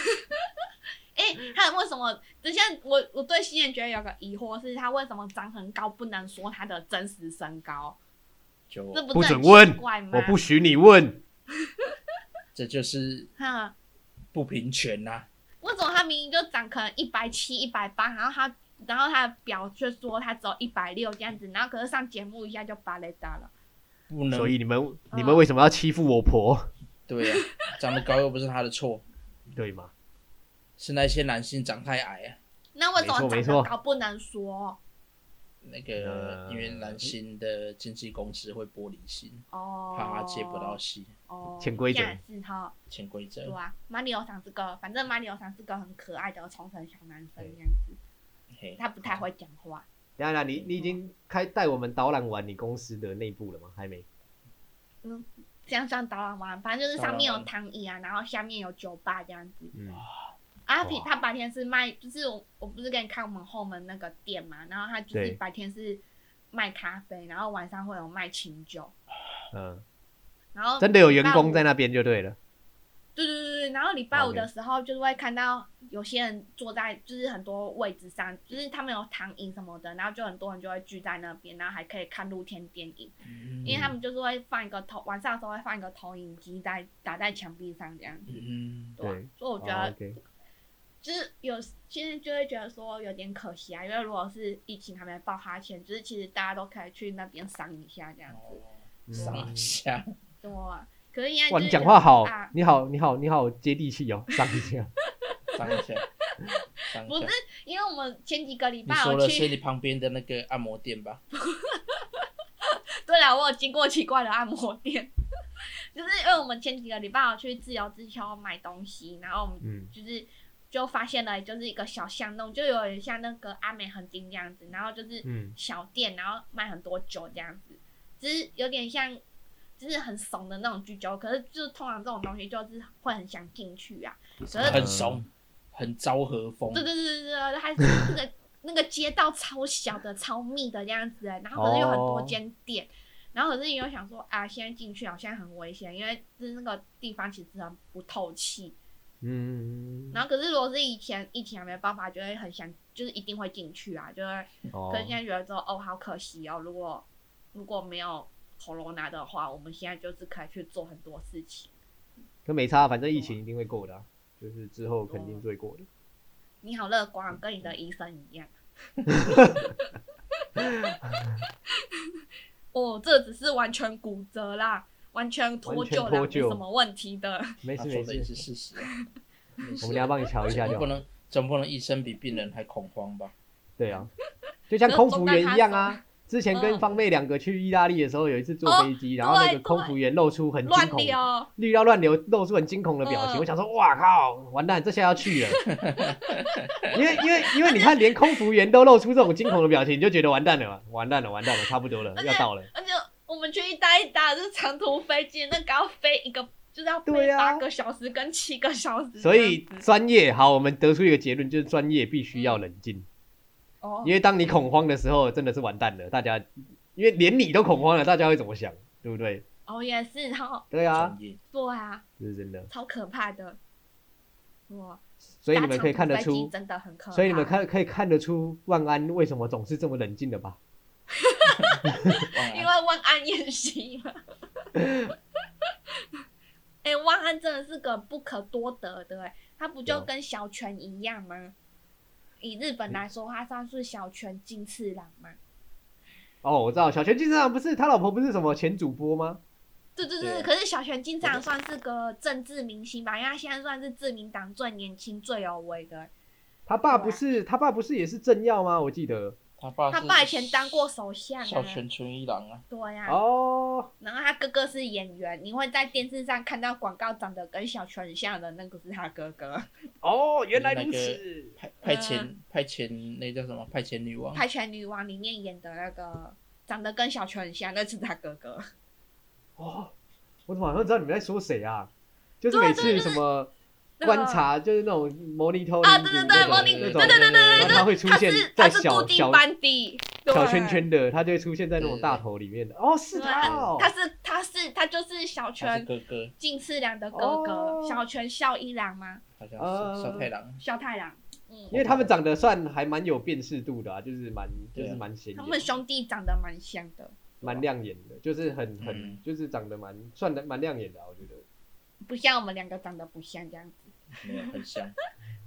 Speaker 2: 哎、
Speaker 1: 嗯
Speaker 2: 他为什么？等一下，我我对新人觉得有个疑惑，是他为什么长很高不能说他的真实身高？
Speaker 3: 就
Speaker 2: 这
Speaker 1: 不
Speaker 2: 是
Speaker 1: 准
Speaker 2: 很奇
Speaker 1: 问
Speaker 2: 怪吗？
Speaker 1: 我不许你问，
Speaker 3: 这就是
Speaker 2: 哈，
Speaker 3: 不平权啊呐、
Speaker 2: 为什么他明明就长可能一百七、一百八，然后他然后他的表却说他只有一百六这样子，然后可是上节目一下就芭蕾打了。
Speaker 3: 不能
Speaker 1: 所以你们
Speaker 2: 嗯
Speaker 1: 你们为什么要欺负我婆，
Speaker 3: 对呀、长得高又不是他的错，
Speaker 1: 对吗？
Speaker 3: 是那些男性长太矮啊。
Speaker 2: 那为什么
Speaker 1: 没错没
Speaker 2: 长
Speaker 1: 错
Speaker 2: 得高不能说？
Speaker 3: 那个
Speaker 1: 呃
Speaker 3: 因为蓝心的经纪公司会玻璃心，
Speaker 2: 哦，
Speaker 3: 怕他接不到戏，
Speaker 2: 哦，
Speaker 1: 潜规则
Speaker 2: 这样也是哈，
Speaker 3: 潜规则
Speaker 2: 对。啊，马里奥桑是个，反正马里奥桑是个很可爱的冲绳小男生
Speaker 3: 对
Speaker 2: 这样子，
Speaker 3: 嘿
Speaker 2: 他不太会讲话。
Speaker 1: 等一下，等一下你你已经开带我们导览完你公司的内部了吗？还没。
Speaker 2: 这样算导览完，反正就是上面
Speaker 3: 导览
Speaker 2: 有
Speaker 3: 完
Speaker 2: 躺椅啊，然后下面有酒吧这样子。
Speaker 1: 嗯，
Speaker 2: 阿平
Speaker 1: 哇
Speaker 2: 他白天是卖，就是我我不是给你看我们后门那个店嘛，然后他就是
Speaker 1: 对
Speaker 2: 白天是卖咖啡，然后晚上会有卖清酒，
Speaker 1: 嗯，
Speaker 2: 然后
Speaker 1: 真的有员
Speaker 2: 礼拜
Speaker 1: 工
Speaker 2: 五
Speaker 1: 在那边就对了。
Speaker 2: 对对对对，然后礼拜五
Speaker 1: OK
Speaker 2: 的时候就是会看到有些人坐在就是很多位置上，就是他们有躺椅什么的，然后就很多人就会聚在那边，然后还可以看露天电影，
Speaker 3: 嗯
Speaker 2: 因为他们就是会放一个投晚上的时候会放一个投影机在打在墙壁上这样子，
Speaker 3: 嗯
Speaker 2: 对啊
Speaker 1: 对
Speaker 2: 所以我觉
Speaker 1: 哦
Speaker 2: 得
Speaker 1: ，OK，
Speaker 2: 就是有，其实就会觉得说有点可惜啊，因为如果是疫情还没爆发前，就是其实大家都可以去那边赏一下这样
Speaker 3: 哦
Speaker 2: 子，
Speaker 1: 嗯
Speaker 3: 傻下，
Speaker 2: 对啊。可是现在
Speaker 1: 哇，
Speaker 2: 就
Speaker 1: 你
Speaker 2: 是
Speaker 1: 讲话好
Speaker 2: 啊，，
Speaker 1: 你好，你好，你好，接地气哦，上一下。
Speaker 3: 上一下，上
Speaker 2: 不
Speaker 3: 一
Speaker 2: 是
Speaker 3: 下。
Speaker 2: 因为我们前几个礼
Speaker 3: 你
Speaker 2: 拜
Speaker 3: 说
Speaker 2: 我
Speaker 3: 的是
Speaker 2: 去，
Speaker 3: 你旁边的那个按摩店吧？
Speaker 2: 对了，我有经过奇怪的按摩店， 就是因为我们前几个礼拜我去自由之丘买东西，然后我们
Speaker 1: 嗯，
Speaker 2: 就是就发现了就是一个小巷弄，就有点像那个阿美横丁这样子，然后就是
Speaker 1: 嗯
Speaker 2: 小店，然后卖很多酒这样子，就是有点像就是很怂的那种居酒，可是就是通常这种东西就是会很想进去啊，可是
Speaker 1: 嗯
Speaker 3: 很怂，很昭和风
Speaker 2: 对。对对对对，还是那个那个街道超小的、超密的这样子欸，然后可是有很多间店，然后可是你又想说啊，现在进去好像很危险，因为就是那个地方其实很不透气。
Speaker 1: 嗯，
Speaker 2: 然后可是如果是以前疫情还没办法，就会很想，就是一定会进去啊，就会。
Speaker 1: 哦
Speaker 2: 可是现在觉得说哦，好可惜哦，如果如果没有 corona 的话，我们现在就是可以去做很多事情。
Speaker 1: 可没差，反正疫情一定会过的啊，就是之后肯定会过的。
Speaker 2: 你好乐观，哦跟你的医生一样。 哦，这只是完全骨折啦，完全脱臼
Speaker 1: 完全
Speaker 2: 啦，
Speaker 1: 脱
Speaker 2: 没
Speaker 1: 臼
Speaker 2: 什么问题的。
Speaker 1: 没
Speaker 3: 他
Speaker 1: 事
Speaker 3: 说
Speaker 1: 没
Speaker 3: 的也
Speaker 1: 事，
Speaker 3: 是事实啊。没事
Speaker 1: 我们等一下帮你瞧一下就
Speaker 3: 总不
Speaker 1: 好。
Speaker 3: 能总不能医生比病人还恐慌吧？
Speaker 1: 对啊，就像空服员一样啊。之前
Speaker 2: 嗯
Speaker 1: 跟芳妹两个去意大利的时候，有一次坐飞机，然后那个空服员露出很惊
Speaker 2: 哦乱
Speaker 1: 恐、
Speaker 2: 聊，
Speaker 1: 绿到乱流，露出很惊恐的表情。
Speaker 2: 嗯
Speaker 1: 我想说，哇靠，完蛋，这下要 去了。因为因为因为你看，连空服员都露出这种惊恐的表情，你就觉得完蛋了嘛，完蛋了，完蛋了，差不多了
Speaker 2: 而，且
Speaker 1: 要到了。
Speaker 2: 而且我们去意大利打的是长途飞机，那个要飞一个就是要飞
Speaker 1: 对啊
Speaker 2: 八个小时跟七个小时这样子。
Speaker 1: 所以
Speaker 2: 嗯
Speaker 1: 专业好，我们得出一个结论，就是专业必须要冷静，
Speaker 2: 哦
Speaker 1: 因，为当你恐慌的时候，真的是完蛋了。大家，因为连你都恐慌了，大家会怎么想，对不对？
Speaker 2: 哦也是哈，
Speaker 1: 对啊，
Speaker 3: 专业
Speaker 2: 对啊，
Speaker 1: 这是真的。
Speaker 2: 超可怕的。哇，
Speaker 1: 所以你们可以看得
Speaker 2: 搭长途飞
Speaker 1: 出
Speaker 2: 机，真的很可怕。
Speaker 1: 所以你们看可以看得出万安为什么总是这么冷静的吧？
Speaker 3: 忘
Speaker 2: 因
Speaker 3: 了
Speaker 2: 为万安演习 嘛。哎、万安真的是个不可多得的、欸，他不就
Speaker 1: 对啊
Speaker 2: 跟小泉一样吗？以日本来说，他算是小泉进次郎嘛？
Speaker 1: 哦，我知道，小泉进次郎不是他老婆不是什么前主播吗？
Speaker 2: 对对
Speaker 3: 对
Speaker 2: 对，
Speaker 3: 啊
Speaker 2: 可是小泉进次郎算是个政治明星吧，因为他现在算是自民党最年轻、最有为的、
Speaker 1: 他爸不
Speaker 2: 啊
Speaker 1: 是他爸不是也是政要吗？我记得
Speaker 3: 他爸
Speaker 2: 他
Speaker 3: 是
Speaker 2: 爸以前当过首相
Speaker 3: 小
Speaker 2: 啊，
Speaker 3: 泉纯一郎啊，
Speaker 2: 对呀、
Speaker 1: 哦，
Speaker 2: 然后他哥哥是演员，你会在电视上看到广告长得跟小泉很像的那个是他哥哥。
Speaker 1: 哦，原来
Speaker 3: 那
Speaker 1: 如
Speaker 3: 个
Speaker 1: 此。
Speaker 3: 派派遣
Speaker 2: 嗯
Speaker 3: 派遣那叫什么派遣女
Speaker 2: 《
Speaker 3: 王，
Speaker 2: 泰拳女王》里面演的那个长得跟小泉很像，那是他哥哥。
Speaker 1: 哦，我怎么好像知道你们在说谁啊？就是
Speaker 2: 对
Speaker 1: 每
Speaker 2: 对
Speaker 1: 次
Speaker 2: 就
Speaker 1: 什么
Speaker 2: 那个
Speaker 1: 观察，就是那种模拟头
Speaker 2: 啊对对对
Speaker 1: 模
Speaker 2: 模
Speaker 1: 拟
Speaker 2: 拟
Speaker 3: 对
Speaker 1: 那种，
Speaker 3: 对对对对
Speaker 1: 然后他会出
Speaker 2: 他
Speaker 1: 现
Speaker 2: 是他
Speaker 1: 在
Speaker 2: 是固
Speaker 1: 小
Speaker 2: 定
Speaker 1: 小
Speaker 2: 班底，对
Speaker 1: 小圈。圈的，他就会出现在那种
Speaker 3: 对对对
Speaker 1: 大头里面的。哦，是
Speaker 2: 对
Speaker 1: 他哦，
Speaker 2: 他是他是他就是小
Speaker 3: 他是
Speaker 2: 泉
Speaker 3: 哥哥，
Speaker 2: 进次郎的哥哥
Speaker 1: 哦，
Speaker 2: 小泉孝一郎吗？
Speaker 3: 好像
Speaker 1: 呃
Speaker 3: 是小太郎。
Speaker 2: 孝太郎。嗯
Speaker 1: 因，为他们长得算还蛮有辨识度的啊，就是蛮就是蛮显
Speaker 2: 他们
Speaker 1: 眼，
Speaker 2: 兄弟长得蛮像的，
Speaker 1: 蛮亮眼的，就是很
Speaker 3: 嗯
Speaker 1: 很就是长得蛮算的蛮亮眼的啊，我觉得。
Speaker 2: 不像我们两个长得不像这样子。
Speaker 3: 没有很 像，
Speaker 1: 嗯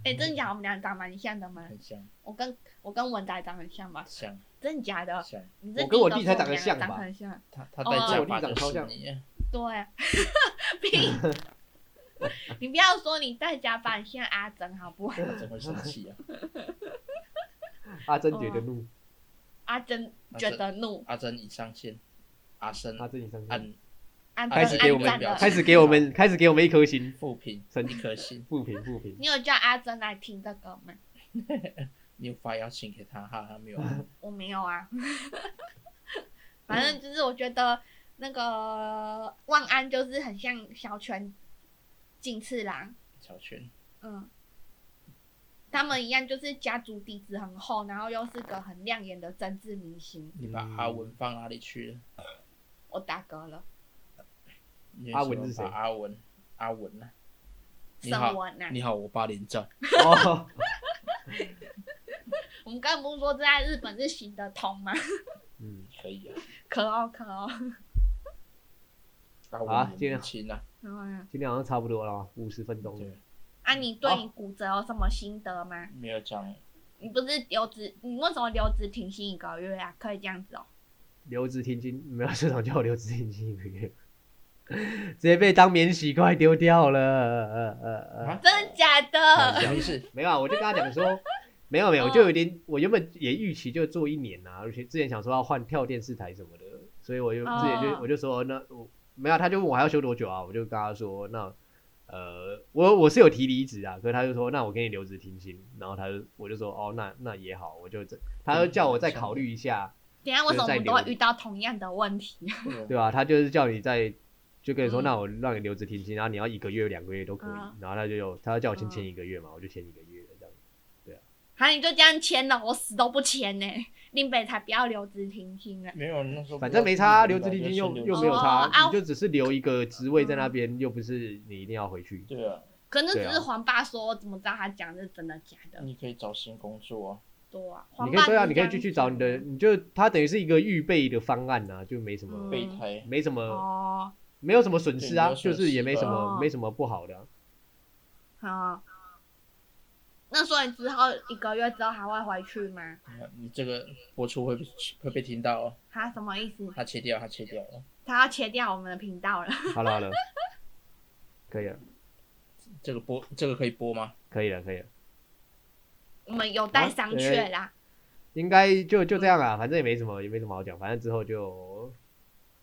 Speaker 2: 哎，真假？我们俩长蛮像的吗？
Speaker 3: 很像，
Speaker 2: 我跟我跟文达长很像吧？
Speaker 3: 像
Speaker 2: 真假的？
Speaker 3: 像。
Speaker 2: 你是
Speaker 1: 我跟我
Speaker 2: 第
Speaker 1: 弟
Speaker 2: 一个
Speaker 1: 才长得
Speaker 2: 说我们
Speaker 1: 像
Speaker 2: 俩
Speaker 1: 吧
Speaker 2: 长很像。
Speaker 3: 他他
Speaker 2: 哦
Speaker 3: 戴假发
Speaker 1: 我弟长
Speaker 3: 就
Speaker 1: 超
Speaker 3: 是
Speaker 1: 像
Speaker 3: 你啊，
Speaker 2: 对， 屁！ 你不要说你在家把你像阿
Speaker 3: 哦
Speaker 2: 珍好不好？
Speaker 3: 他真会生气啊！
Speaker 1: 阿珍觉得怒，
Speaker 2: 阿珍
Speaker 3: 阿
Speaker 2: 觉
Speaker 3: 珍
Speaker 2: 得怒，
Speaker 3: 阿珍已上线，阿生
Speaker 1: 他自己上线，
Speaker 3: 按
Speaker 2: 阿珍
Speaker 1: 开始给我
Speaker 2: 按
Speaker 1: 们
Speaker 2: 赞了
Speaker 1: 开始给我们开始给我们一颗星，
Speaker 3: 复评
Speaker 1: 神
Speaker 3: 一颗星，
Speaker 1: 负评负评，
Speaker 2: 你有叫阿珍来听这个吗？
Speaker 3: 你有发邀请给他哈，他 没有。
Speaker 2: 我没有啊，反正就是我觉得那个万安就是很像小泉进次郎，
Speaker 3: 小泉，
Speaker 2: 嗯，他们一样就是家族底子很厚，然后又是个很亮眼的政治明星。
Speaker 3: 你把
Speaker 1: 嗯
Speaker 3: 阿文放哪里去了？
Speaker 2: 我打嗝了，
Speaker 3: 你为
Speaker 1: 阿
Speaker 3: 什
Speaker 1: 文
Speaker 3: 么
Speaker 1: 是
Speaker 3: 把
Speaker 1: 谁
Speaker 3: 阿文，阿文呢？你
Speaker 2: 什
Speaker 3: 好
Speaker 2: 么呢？
Speaker 3: 你好，我八连战。
Speaker 1: 哦，
Speaker 2: 我们刚刚不是说这在日本是行得通吗？
Speaker 1: 嗯，
Speaker 3: 可以啊，
Speaker 2: 可哦可哦，
Speaker 3: 阿
Speaker 1: 好啊
Speaker 3: 文
Speaker 1: 这个
Speaker 3: 年轻啊，
Speaker 2: 嗯，
Speaker 1: 今天好像差不多了，啊五十分钟了
Speaker 3: 对，，
Speaker 2: 啊，你对你骨折有什么心得吗？
Speaker 3: 没有讲
Speaker 2: 你不是留职，你为什么留职停薪一个月啊？可以这样子哦。
Speaker 1: 留职停薪，没有市场叫我留职停薪一个月， 直接被当免洗筷丢掉了，呃呃呃
Speaker 3: 啊，
Speaker 2: 真的假
Speaker 1: 好
Speaker 2: 的？
Speaker 1: 笑
Speaker 3: 什么意 思？
Speaker 1: 没有啊，我就跟他讲说，没有没
Speaker 2: 哦
Speaker 1: 有，我就有点，我原本也预期就做一年啊，而且之前想说要换跳电视台什么的，所以我就
Speaker 2: 哦
Speaker 1: 之前就、我就说那我没有啊，他就问我还要休多久啊，我就跟他说那呃我我是有提离职啊，可是他就说那我给你留职停薪，然后他就我就说哦那那也好，我就这他就叫我
Speaker 2: 嗯
Speaker 1: 再考虑一下，
Speaker 2: 等一下为什么我们都会遇到同样的问题？
Speaker 1: 对吧、他就是叫你再。就跟你
Speaker 2: 嗯
Speaker 1: 说，那我让你留职停薪，然后你要一个月、两个月都可以。
Speaker 2: 嗯
Speaker 1: 然后他就有，他叫我先
Speaker 2: 嗯
Speaker 1: 签一个月嘛，我就签一个月这样。
Speaker 2: 啊，你就这样签了，我死都不签呢、林北才不要留职停薪呢。
Speaker 3: 没有，那时候
Speaker 1: 反正没差，啊留
Speaker 3: 留
Speaker 1: 职停薪又又
Speaker 2: 职
Speaker 1: 没有
Speaker 2: 哦啊嗯
Speaker 1: 差，你就只是留一个职位在那边，又不是你一定要回去。
Speaker 3: 对啊，
Speaker 2: 可能
Speaker 1: 对
Speaker 2: 只
Speaker 1: 啊嗯
Speaker 2: 是黄爸说，我怎么知道他讲的是真的假的？
Speaker 3: 你可以找新工作啊。
Speaker 2: 对啊，
Speaker 1: 你
Speaker 2: 黄
Speaker 1: 可以
Speaker 2: 爸
Speaker 1: 对啊，
Speaker 2: 只
Speaker 1: 你可
Speaker 2: 这
Speaker 1: 以
Speaker 2: 样
Speaker 1: 继续找你的，
Speaker 2: 讲
Speaker 1: 你就它等于是一个预备的方案啊，就没什么
Speaker 2: 嗯
Speaker 3: 备胎，
Speaker 1: 没什么
Speaker 2: 哦，
Speaker 1: 没有什么损失
Speaker 3: 对没
Speaker 1: 啊，
Speaker 3: 有损
Speaker 1: 就
Speaker 3: 失
Speaker 1: 是也没什么
Speaker 2: 哦
Speaker 1: 没什么不好的啊。
Speaker 2: 好。那所以之后一个月之后还会回去吗？
Speaker 3: 你这个播出会被会被听到哦。
Speaker 2: 他什么意思？
Speaker 3: 他切掉，他切掉了，
Speaker 2: 他要切掉我们的频道了。
Speaker 1: 好了好了，可以了，
Speaker 3: 这个播这个可以播吗？
Speaker 1: 可以了，可以了，
Speaker 2: 我们有待商榷
Speaker 1: 啊
Speaker 2: 啦。
Speaker 1: 应该就就这样啊，反正也没什么也没什么好讲，反正之后就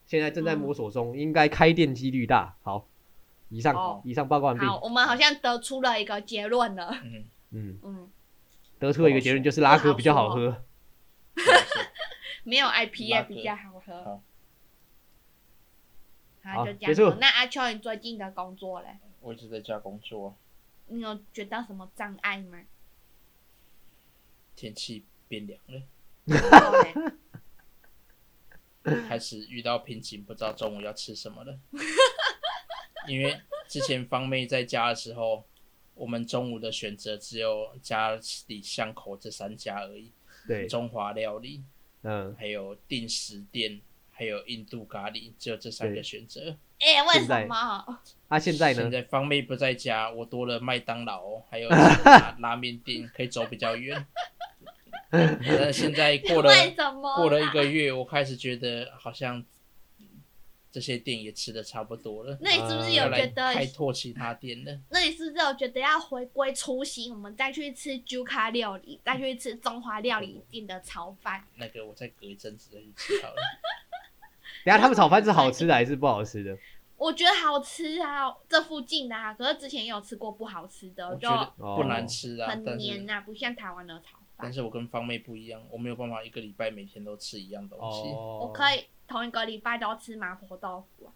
Speaker 1: 现在正在摸索中，应该开店几率大。好，以上
Speaker 2: 哦
Speaker 1: 以上报告完毕。
Speaker 2: 好，我们好像得出了一个结论了。
Speaker 3: 嗯，
Speaker 1: 嗯，
Speaker 2: 嗯，
Speaker 1: 得出了一个结论就是拉格比较好
Speaker 2: 哦
Speaker 1: 喝。
Speaker 2: 没有 IPA
Speaker 3: 拉格
Speaker 2: 比较好喝。
Speaker 3: 好，
Speaker 2: 好，
Speaker 1: 好
Speaker 2: 就这样
Speaker 1: 结束
Speaker 2: 子。那阿秋，你最近的工作嘞？
Speaker 3: 我一直在家工作，啊
Speaker 2: 你有觉得什么障碍 吗？
Speaker 3: 天气变凉了，
Speaker 2: 对
Speaker 3: 开始遇到瓶颈，不知道中午要吃什么了。因为之前方妹在家的时候，我们中午的选择只有家里巷口这三家而已，
Speaker 1: 对，
Speaker 3: 中华料理，
Speaker 1: 嗯，
Speaker 3: 还有定时店，还有印度咖喱，只有这三个
Speaker 1: 对
Speaker 3: 选择。
Speaker 2: 哎，为
Speaker 1: 现在
Speaker 2: 什么？
Speaker 1: 啊，现在
Speaker 3: 现
Speaker 1: 呢？
Speaker 3: 在方妹不在家，我多了麦当劳， 还有拉拉面店，可以走比较远。但现在过了
Speaker 2: 为什么？
Speaker 3: 过了一个月，我开始觉得好像这些店也吃的差不多了，
Speaker 2: 那你是不是
Speaker 1: 啊
Speaker 2: 有
Speaker 3: 要呃来
Speaker 2: 觉得？
Speaker 3: 开拓其他店了。
Speaker 2: 那你是不是有觉得要回归初心，我们再去吃 Juka 料理，再去吃中华料理店的炒饭？
Speaker 3: 那个我再隔一阵子再去吃好了。
Speaker 1: 等一下他们炒饭是好吃的还是不好吃的？
Speaker 2: 我觉得好吃啊，这附近的啊，可是之前也有吃过不好吃的，
Speaker 3: 我
Speaker 2: 就
Speaker 3: 觉得不
Speaker 1: 哦
Speaker 3: 难吃啊，
Speaker 2: 很
Speaker 3: 但
Speaker 2: 黏
Speaker 3: 是
Speaker 2: 呐、不像台湾的炒
Speaker 3: 但
Speaker 2: 饭。
Speaker 3: 是我跟方妹不一样，我没有办法一个礼拜每天都吃一样东西，
Speaker 1: 哦，
Speaker 2: 我可以同一个礼拜都吃麻婆豆腐、啊，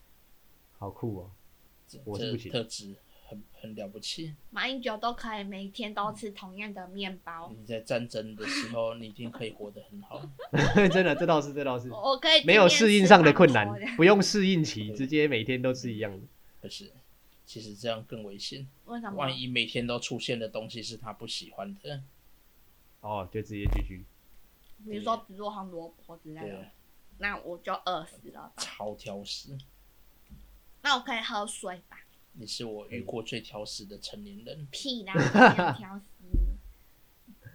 Speaker 1: 好酷哦。
Speaker 3: 这
Speaker 1: 我是
Speaker 3: 这
Speaker 1: 不行
Speaker 3: 特质很很了不起。
Speaker 2: 马英九都可以每天都吃同样的面包。
Speaker 3: 你在战争的时候，你一定可以活得很好。
Speaker 1: 真的，这倒是，这倒是
Speaker 2: 我我可以
Speaker 1: 嗯没有
Speaker 2: 哦今天
Speaker 1: 适应
Speaker 2: 吃
Speaker 1: 上的
Speaker 2: 麻
Speaker 1: 困
Speaker 2: 婆
Speaker 1: 难
Speaker 2: 的，
Speaker 1: 不用适应期，直接每天都吃一样的。
Speaker 3: 可是，其实这样更危险。
Speaker 2: 为什么
Speaker 3: 万？一每天都出现的东西是他不喜欢的，
Speaker 1: 哦，就直接继续。
Speaker 2: 比如说只做红萝卜之类
Speaker 3: 对
Speaker 2: 的
Speaker 3: 啊，，
Speaker 2: 那我就饿死了吧。
Speaker 3: 超挑食。
Speaker 2: 那我可以喝水吧？
Speaker 3: 你是我遇过最挑食的成年人。
Speaker 2: 屁 啦，我没有挑食。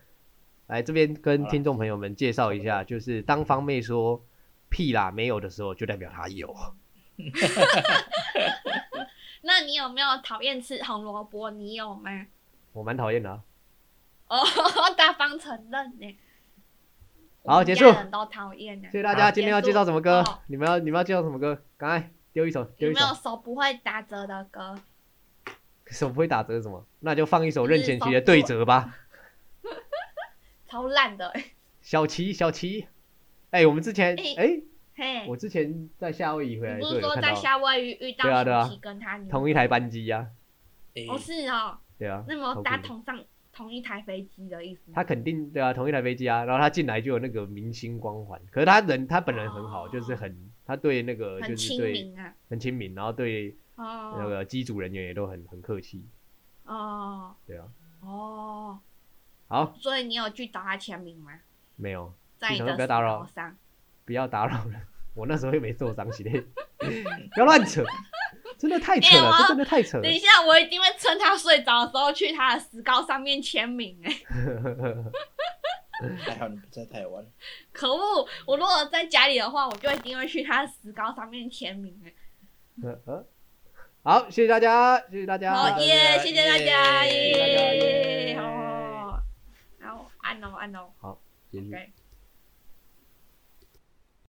Speaker 1: 来这边跟
Speaker 3: 好啦
Speaker 1: 听众朋友们介绍一下，就是当方妹说屁啦没有的时候，就代表她有。
Speaker 2: 那你有没有讨厌吃红萝卜？你有吗？
Speaker 1: 我蛮讨厌的啊，
Speaker 2: 哦，大方承认呢、
Speaker 1: 好，结
Speaker 2: 家
Speaker 1: 束，
Speaker 2: 人都讨厌的。
Speaker 1: 谢谢大家。今天要介绍什么歌
Speaker 2: 好？
Speaker 1: 你们要你们要介绍什么歌？赶快丢一首，丢
Speaker 2: 有
Speaker 1: 一
Speaker 2: 没
Speaker 1: 首
Speaker 2: 有。手不会打折的歌？
Speaker 1: 手不会打折是什么？那就放一首
Speaker 2: 就是
Speaker 1: 任贤
Speaker 2: 手
Speaker 1: 齐的《
Speaker 2: 不
Speaker 1: 对
Speaker 2: 会
Speaker 1: 折》吧。
Speaker 2: 超烂的、欸，
Speaker 1: 小齐，小齐，哎、我们之前
Speaker 2: 哎
Speaker 1: 哎、
Speaker 2: 嘿。
Speaker 1: 我之前在夏威夷回
Speaker 2: 你
Speaker 1: 来的
Speaker 2: 不
Speaker 1: 时候
Speaker 2: 是
Speaker 1: 有
Speaker 2: 说
Speaker 1: 看
Speaker 2: 在
Speaker 1: 到
Speaker 2: 夏威夷遇
Speaker 1: 对啊对啊
Speaker 2: 到舒淇跟他女？
Speaker 1: 同一台班机呀、
Speaker 3: 诶
Speaker 2: 哦，是哦，
Speaker 1: 对啊，
Speaker 2: 那么
Speaker 1: 好
Speaker 2: 搭
Speaker 1: 酷
Speaker 2: 同上同一台飞机的意思吗？
Speaker 1: 他肯定对啊，同一台飞机啊，然后他进来就有那个明星光环，可是他人他本人很好，
Speaker 2: 哦
Speaker 1: 就是很他对那个
Speaker 2: 很
Speaker 1: 就是
Speaker 2: 亲
Speaker 1: 对
Speaker 2: 民啊，
Speaker 1: 很亲民，然后对那
Speaker 2: 哦
Speaker 1: 个机组人员也都很很客气，
Speaker 2: 哦
Speaker 1: 对啊，
Speaker 2: 哦，
Speaker 1: 好，
Speaker 2: 所以你有去找他签名吗？
Speaker 1: 没有
Speaker 2: 在你
Speaker 1: 平
Speaker 2: 的
Speaker 1: 常都不要打扰
Speaker 2: 手 上，
Speaker 1: 不要打扰人，我那时候又没受伤，系列 不要乱扯，真的太扯
Speaker 2: 哎
Speaker 1: 了，
Speaker 2: 我
Speaker 1: 这真的太扯了
Speaker 2: 等一。下我一定会趁他睡着的时候去他的石膏上面签名、哎，
Speaker 3: 哎还好你不在台湾。
Speaker 2: 可恶！我如果在家里的话，我就一定会去他的石膏上面签名、哎，
Speaker 1: 呃呃好，谢谢大家，谢谢大
Speaker 2: 好
Speaker 1: 家，
Speaker 2: 耶，谢
Speaker 3: 谢
Speaker 2: 谢
Speaker 3: 谢
Speaker 2: 大
Speaker 3: 大
Speaker 2: 家，
Speaker 3: 家
Speaker 1: 耶谢谢大家
Speaker 2: 耶，
Speaker 3: 耶
Speaker 2: 好，好，按哦按哦
Speaker 1: 结束。
Speaker 2: ，OK。